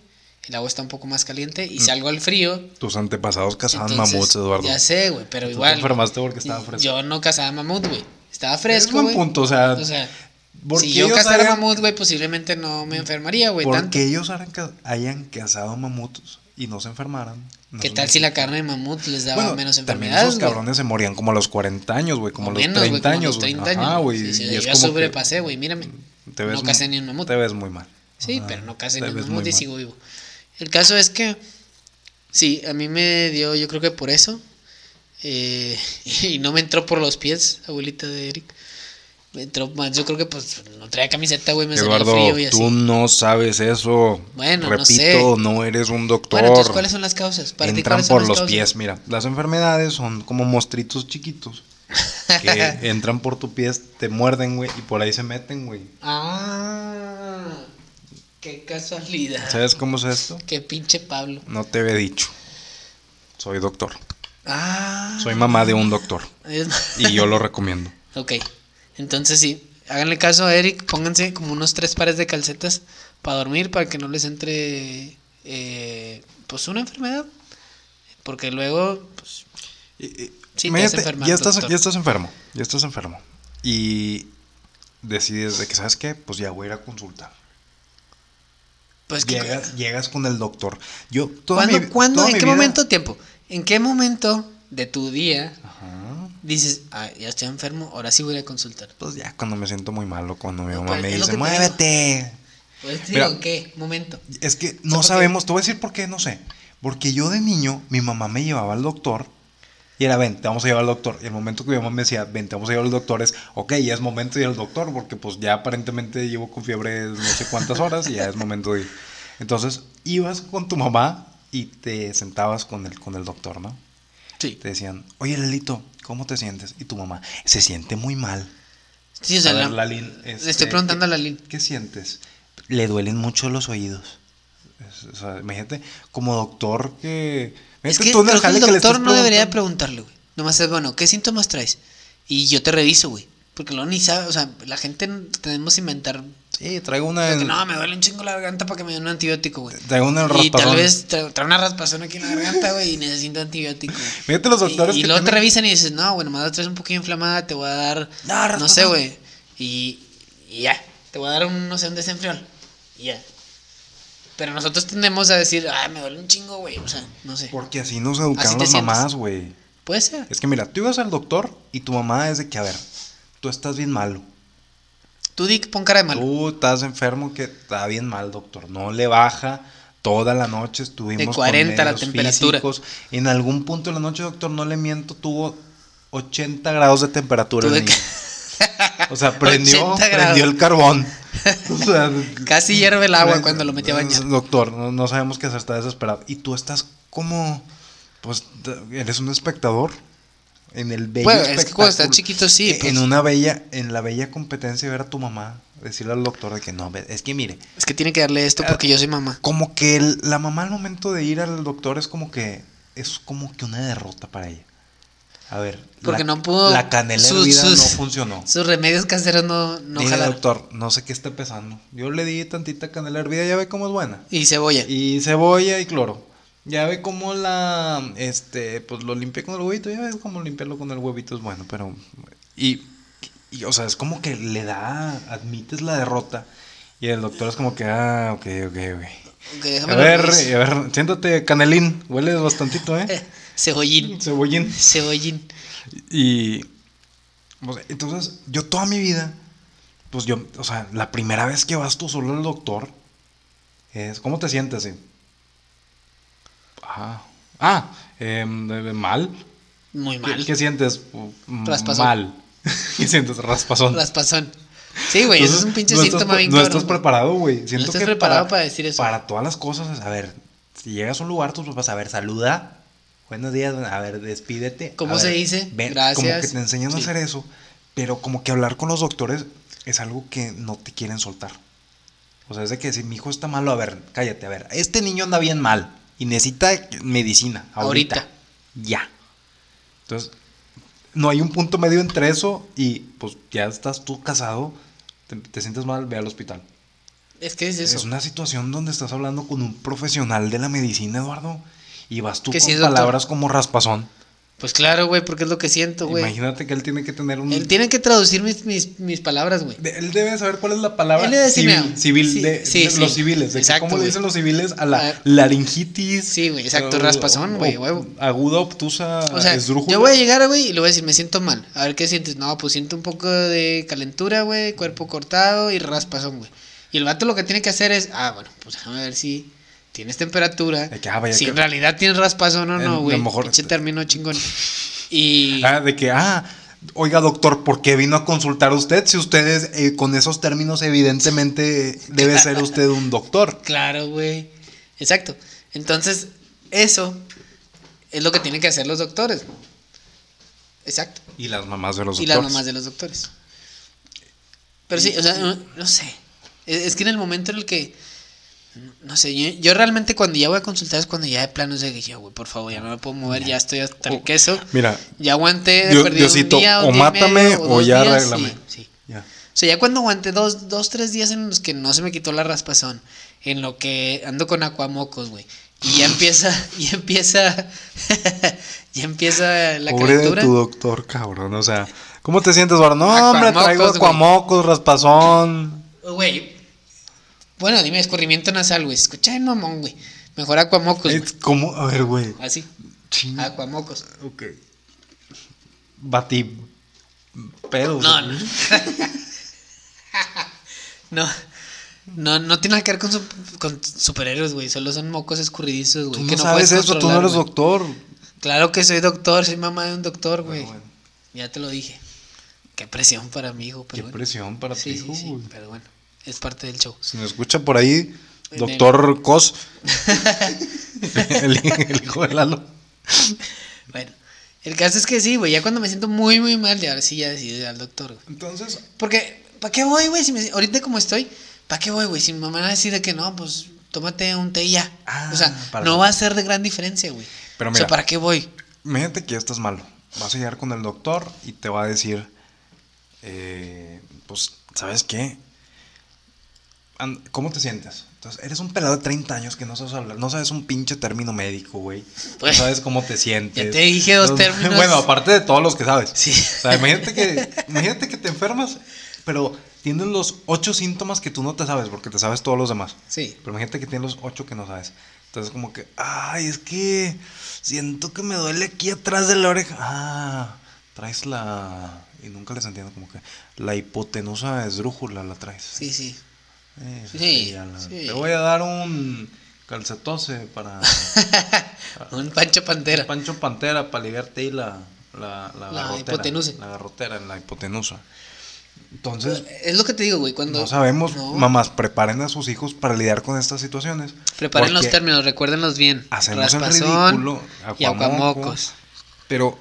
B: El agua está un poco más caliente y salgo al frío.
A: Tus antepasados cazaban
B: entonces,
A: Mm. mamuts, Eduardo.
B: Ya sé, güey, pero
A: Tú te
B: igual.
A: enfermaste porque estaba
B: y-
A: fresco.
B: Yo no cazaba mamut, güey. Estaba
A: Es
B: fresco,
A: buen
B: güey.
A: punto, o sea,
B: O sea,
A: ¿por
B: si
A: qué
B: yo
A: ellos Mm.
B: cazara
A: harían-
B: mamut, güey, posiblemente no me enfermaría, güey,
A: Porque
B: tanto.
A: ellos hayan, ca- hayan cazado mamuts y no se enfermaran.
B: ¿Qué
A: Nosotros-
B: tal si la carne de mamut les daba
A: Bueno,
B: menos
A: también
B: enfermedades?
A: esos
B: güey?
A: cabrones se morían como a los 40 años, güey, como a
B: O
A: los
B: menos, güey,
A: 30
B: como a
A: años,
B: los
A: güey.
B: 30
A: Ajá,
B: años.
A: güey,
B: Sí, sí,
A: y
B: yo
A: es
B: ya
A: como que mm,
B: sobrepasé, güey, mírame.
A: te ves
B: no
A: mu-
B: casé ni un mamut.
A: Te ves muy mal.
B: Sí,
A: Ajá,
B: pero no casé
A: te
B: ni un
A: ves muy
B: mamut y
A: mal.
B: sigo vivo. El caso es que, sí, a mí me dio, yo creo que por eso, eh, y no me entró por los pies, abuelita de Eric. Me entró más, yo creo que pues no traía camiseta, güey, me salía frío y
A: Eduardo,
B: así.
A: tú no sabes eso.
B: Bueno, no
A: Repito,
B: sé.
A: no, eres un doctor.
B: Bueno, entonces, ¿cuáles son las causas? Para ti,
A: Entran
B: ¿cuáles son
A: por
B: las
A: los
B: causas?
A: pies, mira. Las enfermedades son como mostritos chiquitos que entran por tu pies, te muerden, güey, y por ahí se meten, güey.
B: Ah, qué casualidad.
A: ¿Sabes cómo es esto?
B: Qué pinche Pablo.
A: No te he dicho. Soy doctor.
B: Ah.
A: Soy mamá de un doctor.
B: Es-
A: Y yo lo recomiendo.
B: Ok, entonces sí, háganle caso a Eric, pónganse como unos tres pares de calcetas para dormir, para que no les entre eh, pues una enfermedad, porque luego, pues,
A: Y- y-
B: Sí, te
A: imagínate,
B: vas a enfermar,
A: ya, estás,
B: doctor.
A: ya estás enfermo. Ya estás enfermo. Y decides de que, ¿sabes qué? Pues ya voy a ir a consultar.
B: pues que...
A: Llegas, llegas con el doctor. Yo, toda
B: ¿Cuándo,
A: mi-
B: cuándo,
A: toda
B: en
A: mi
B: qué
A: vida-
B: momento, tiempo? ¿En qué momento de tu día
A: Ajá.
B: dices, ah, ya estoy enfermo, ahora sí voy a ir a consultar?
A: Pues ya cuando me siento muy malo, cuando mi
B: No,
A: mamá
B: pero
A: me
B: es lo
A: dice,
B: que te digo.
A: muévete.
B: Pues
A: Mira.
B: digo, ¿en qué momento?
A: Es que
B: O sea,
A: no
B: porque-
A: sabemos, te voy a decir por qué, no sé. Porque yo de niño, mi mamá me llevaba al doctor y era, ven, te vamos a llevar al doctor. Y el momento que mi mamá me decía, ven, te vamos a llevar al doctor, es, ok, ya es momento de ir al doctor, porque pues ya aparentemente llevo con fiebre no sé cuántas horas y ya es momento de ir. Entonces, ibas con tu mamá y te sentabas con el, con el doctor, ¿no?
B: Sí.
A: Te decían, oye, Lelito, ¿cómo te sientes? Y tu mamá, se siente muy mal.
B: Sí, o sea,
A: A ver,
B: la-
A: Lalín,
B: le
A: este,
B: estoy preguntando a Lalín.
A: ¿Qué sientes? Le duelen mucho los oídos. Es- O sea, imagínate, como doctor que.
B: Es
A: imagínate
B: que
A: tú en
B: creo que el
A: jale que le
B: doctor
A: estás
B: no debería
A: preguntando.
B: preguntarle, güey. Nomás es, bueno, ¿qué síntomas traes? Y yo te reviso, güey. Porque lo ni sabe, o sea, la gente n- tenemos que inventar.
A: Sí, traigo una.
B: que no, me duele un chingo la garganta para que me den un antibiótico, güey.
A: Traigo una
B: Y
A: raspazón.
B: tal vez tra- trae una raspazón aquí en la garganta, güey, y necesito antibiótico. güey.
A: Fíjate los
B: Y-
A: doctores
B: Y,
A: que
B: luego te
A: tienen-
B: revisan y dices, no, bueno, me la traes un poquito inflamada, te voy a dar.
A: No,
B: No,
A: raspazón.
B: sé, güey. Y, y ya. Te voy a dar un, no sé, un desenfriol. Y ya. Pero nosotros tendemos a decir, ah, me duele un chingo, güey. O sea, no sé.
A: Porque así nos
B: Así
A: educaron
B: te
A: las
B: sientes.
A: mamás, güey.
B: Puede ser.
A: Es que mira, tú ibas al doctor y tu mamá es de que, a ver, tú estás bien malo.
B: Tú, Dick, pon cara de malo.
A: Tú estás enfermo que está bien mal, doctor. No le baja. Toda la noche estuvimos
B: De 40 la
A: medios
B: temperatura.
A: físicos. En algún punto de la noche, doctor, no le miento, tuvo 80 grados de temperatura.
B: Tuve
A: el niño. O sea, prendió,
B: 80 grados.
A: prendió el carbón. O sea, pues,
B: Casi hierve el agua cuando lo metí a bañar.
A: Doctor, no, no sabemos qué hacer, está desesperado. Y tú estás como, pues, t- eres un espectador en el bello
B: Bueno, es que cuando estás
A: espectáculo.
B: chiquito sí,
A: Eh,
B: pues.
A: En una bella, en la bella competencia de ver a tu mamá, decirle al doctor de que no, ve- es que mire,
B: Es que tiene que darle esto porque yo soy mamá.
A: como que el- la mamá al momento de ir al doctor es como que, es como que una derrota para ella. A ver,
B: Porque
A: la,
B: no pudo-
A: La canela
B: sus-
A: hervida no
B: sus-
A: funcionó.
B: Sus remedios caseros no, no
A: Dile,
B: jalaron.
A: doctor, no sé qué está pesando. Yo le di tantita canela hervida, ya ve cómo es buena.
B: Y cebolla.
A: Y cebolla y cloro. Ya ve cómo la, este, pues lo limpié con el huevito, ya ves cómo limpiarlo con el huevito es bueno, pero, y, y, o sea, es como que le da, admites la derrota. Y el doctor es como que, ah, ok, ok, ok.
B: Ok,
A: A
B: déjame
A: ver,
B: ver.
A: a ver, siéntate, canelín, hueles bastantito, ¿eh?
B: Eh, Cebollín.
A: Cebollín.
B: Cebollín.
A: Y pues, entonces, yo toda mi vida, pues yo, o sea, la primera vez que vas tú solo al doctor, es, ¿cómo te sientes? Y, ah, ah em, de- de- mal.
B: Muy
A: ¿Qué-
B: mal.
A: ¿Qué, sientes? Mm,
B: Raspazón.
A: Mal. ¿Qué sientes? Raspazón.
B: Raspazón. Sí, güey, eso es
A: Entonces,
B: un pinche
A: no estás
B: síntoma
A: pre-
B: bien
A: No
B: cabrón.
A: estás preparado, güey. Siento
B: estás
A: que
B: preparado para decir eso.
A: Para todas las cosas, es, a ver, si llegas a un lugar, tus papás, a ver, saluda. Buenos días, a ver, despídete.
B: ¿Cómo
A: a
B: se
A: ver,
B: dice?
A: Como que
B: Gracias.
A: te enseñan a
B: Sí.
A: hacer eso, pero como que hablar con los doctores es algo que no te quieren soltar. O sea, es de que si mi hijo está malo, a ver, cállate, a ver, este niño anda bien mal y necesita medicina ahorita.
B: Ahorita.
A: Ya. Entonces, no hay un punto medio entre eso y pues ya estás tú casado, te, te sientes mal, ve al hospital.
B: Es que es eso.
A: Es una situación donde estás hablando con un profesional de la medicina, Eduardo, y vas tú
B: Que
A: con
B: sí es doctor.
A: palabras como raspazón.
B: Pues claro, güey, porque es lo que siento, güey.
A: Imagínate que él tiene que tener un...
B: Él tiene que traducir mis, mis, mis palabras, güey.
A: De- Él debe saber cuál es la palabra
B: Él debe decirme
A: civil,
B: algo.
A: civil
B: Sí,
A: de,
B: sí,
A: de
B: sí.
A: los civiles, de que
B: Exacto,
A: cómo le
B: güey.
A: dicen los civiles a la
B: A ver.
A: laringitis.
B: Sí, güey, exacto,
A: o-
B: raspazón,
A: o-
B: güey, huevo.
A: Aguda, obtusa,
B: O sea,
A: esdrújula.
B: yo voy a llegar, güey, y le voy a decir, me siento mal. A ver qué sientes. No, pues siento un poco de calentura, güey, cuerpo cortado y raspazón, güey. Y el vato lo que tiene que hacer es, ah, bueno, pues déjame ver si tienes temperatura.
A: De que, ah, vaya
B: si
A: que-
B: en realidad tienes raspazón o
A: Eh, a
B: no,
A: lo
B: güey.
A: mejor-
B: Pinche término chingón. Y.
A: Ah, de que, ah, oiga doctor, ¿por qué vino a consultar a usted? Si ustedes eh, con esos términos evidentemente debe ser usted un doctor.
B: Claro, güey. Exacto. Entonces, eso es lo que tienen que hacer los doctores. güey. Exacto.
A: Y las mamás de los
B: Y las
A: doctores.
B: mamás de los doctores. Pero sí, o sea, no, no sé. Es es que en el momento en el que. No sé, yo, yo realmente cuando ya voy a consultar es cuando ya de plano sé que ya, güey, por favor, ya no me puedo mover, ya estoy hasta el
A: Oh,
B: queso.
A: Mira,
B: Ya aguanté de
A: Dios-
B: perdido
A: Diosito,
B: un día, un
A: o
B: día y
A: mátame
B: medio,
A: o
B: dos
A: ya
B: días, sí,
A: arréglame.
B: sí.
A: ya.
B: O sea, ya cuando aguanté dos, dos, tres días en los que no se me quitó la raspazón, en lo que ando con acuamocos, güey. Y ya empieza, ya empieza, ya empieza la
A: Pobre
B: calentura.
A: de tu doctor, cabrón. O sea, ¿cómo te sientes ahora? No, hombre,
B: Acuamocos,
A: traigo
B: güey.
A: acuamocos, raspazón.
B: Oh, Güey, bueno, dime, escurrimiento nasal, güey. Escucha el mamón, güey. Mejor acuamocos, güey.
A: Es como, a ver, güey.
B: Así,
A: Ching-
B: acuamocos.
A: Ok. Batí. Pedos.
B: No, no. no. No, no tiene nada que ver con, su- con superhéroes, güey. Solo son mocos escurridizos,
A: Tú
B: güey.
A: no,
B: que
A: sabes
B: puedes
A: eso, tú no
B: controlar,
A: eres
B: güey.
A: doctor.
B: Claro que soy doctor, soy mamá de un doctor, güey.
A: bueno.
B: Ya te lo dije. Qué presión para mi hijo,
A: Qué
B: pero bueno.
A: presión para
B: Sí,
A: ti,
B: sí, sí,
A: güey.
B: pero bueno, es parte del show.
A: Si nos escucha por ahí,
B: En
A: doctor Cos. el, el hijo de Lalo.
B: Bueno, el caso es que sí, güey, ya cuando me siento muy, muy mal, ya ahora sí ya decidí ir al doctor, güey.
A: Entonces,
B: Porque, ¿para qué voy, güey? Si me- ahorita como estoy, ¿para qué voy, güey? Si mi mamá va a decir de que no, pues tómate un té y ya.
A: Ah,
B: o sea,
A: para-
B: no va a ser de gran diferencia, güey.
A: Pero
B: o sea,
A: mira.
B: ¿para qué voy?
A: imagínate que ya estás malo. Vas a llegar con el doctor y te va a decir, eh, pues, ¿sabes qué? An- ¿Cómo te sientes? Entonces, eres un pelado de 30 años que no sabes hablar, no sabes un pinche término médico, güey. No
B: Pues,
A: sabes cómo te sientes.
B: ya te dije dos
A: No-
B: términos.
A: Bueno, aparte de todos los que sabes.
B: Sí.
A: O sea, imagínate que, imagínate que te enfermas, pero tienes los ocho síntomas que tú no te sabes, porque te sabes todos los demás.
B: Sí.
A: Pero imagínate que tienes los ocho que no sabes. Entonces, como que, ay, es que siento que me duele aquí atrás de la oreja. Ah, Traes la. Y nunca les entiendo como que. La hipotenusa esdrújula la traes.
B: Sí, sí.
A: Eh,
B: Sí,
A: sí, ya la-
B: sí.
A: Te voy a dar un calcetose para
B: Un Pancho Pantera.
A: Pancho Pantera para ligarte ahí la, la, la,
B: La
A: garrotera,
B: hipotenusa.
A: La garrotera, la hipotenusa. Entonces,
B: Es lo que te digo, güey. Cuando
A: no sabemos,
B: eh, No.
A: mamás, preparen a sus hijos para lidiar con estas situaciones.
B: Preparen los
A: porque
B: términos, recuérdenlos bien.
A: Hacemos el ridículo,
B: y aguamocos.
A: aguamocos. Pero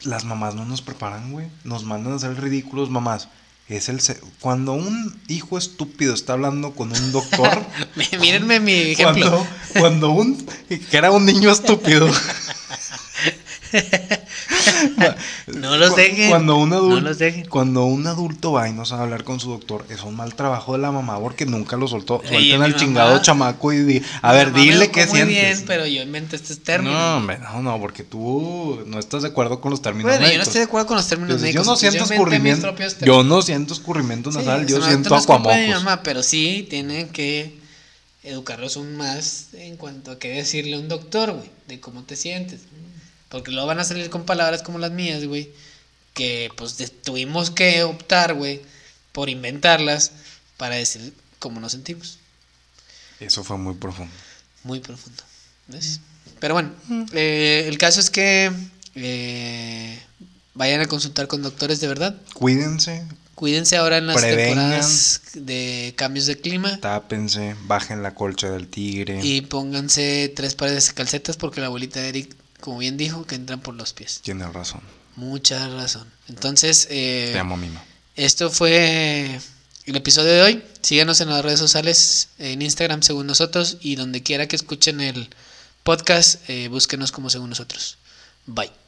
A: las mamás no nos preparan, güey. Nos mandan a hacer ridículos, mamás. Es el se- cuando un hijo estúpido está hablando con un doctor,
B: Mírenme mi ejemplo.
A: Cuando, cuando un. que era un niño estúpido.
B: No los
A: Cu-
B: dejen.
A: Cuando un, adulto,
B: No los dejen.
A: cuando un adulto va y no sabe hablar con su doctor, es un mal trabajo de la mamá porque nunca lo soltó.
B: Ey,
A: Suelten
B: mi
A: al
B: mamá-
A: chingado chamaco y di, a ver,
B: Mamá, me
A: dile
B: educó
A: qué
B: muy
A: sientes.
B: bien, pero yo inventé este estos
A: no,
B: términos.
A: hombre, no, no, porque tú no estás de acuerdo con los términos
B: bueno, yo no
A: médicos.
B: estoy de acuerdo con los términos
A: Entonces,
B: médicos.
A: yo no
B: entonces
A: siento
B: inventé mis
A: escurrimiento.
B: propios términos.
A: Yo no siento escurrimiento
B: Sí,
A: nasal,
B: o
A: yo
B: sea,
A: siento
B: no es culpa de mi
A: acuamocos.
B: mamá, pero sí tienen que educarlos aún más en cuanto a qué decirle a un doctor, güey, de cómo te sientes. Porque luego van a salir con palabras como las mías, güey, que pues de- tuvimos que optar, güey, por inventarlas para decir cómo nos sentimos.
A: Eso fue muy profundo.
B: Muy profundo. ¿Ves? Pero bueno, eh, el caso es que eh, vayan a consultar con doctores de verdad.
A: Cuídense,
B: Cuídense ahora en las
A: Prevengan.
B: temporadas de cambios de clima.
A: Tápense, bajen la colcha del tigre.
B: Y pónganse tres pares de calcetas porque la abuelita de Eric, como bien dijo, que entran por los pies.
A: Tiene razón.
B: Mucha razón. Entonces, eh,
A: Te amo, Mima.
B: esto fue el episodio de hoy. Síganos en las redes sociales, en Instagram, según nosotros, y donde quiera que escuchen el podcast, eh, búsquenos como según nosotros. Bye.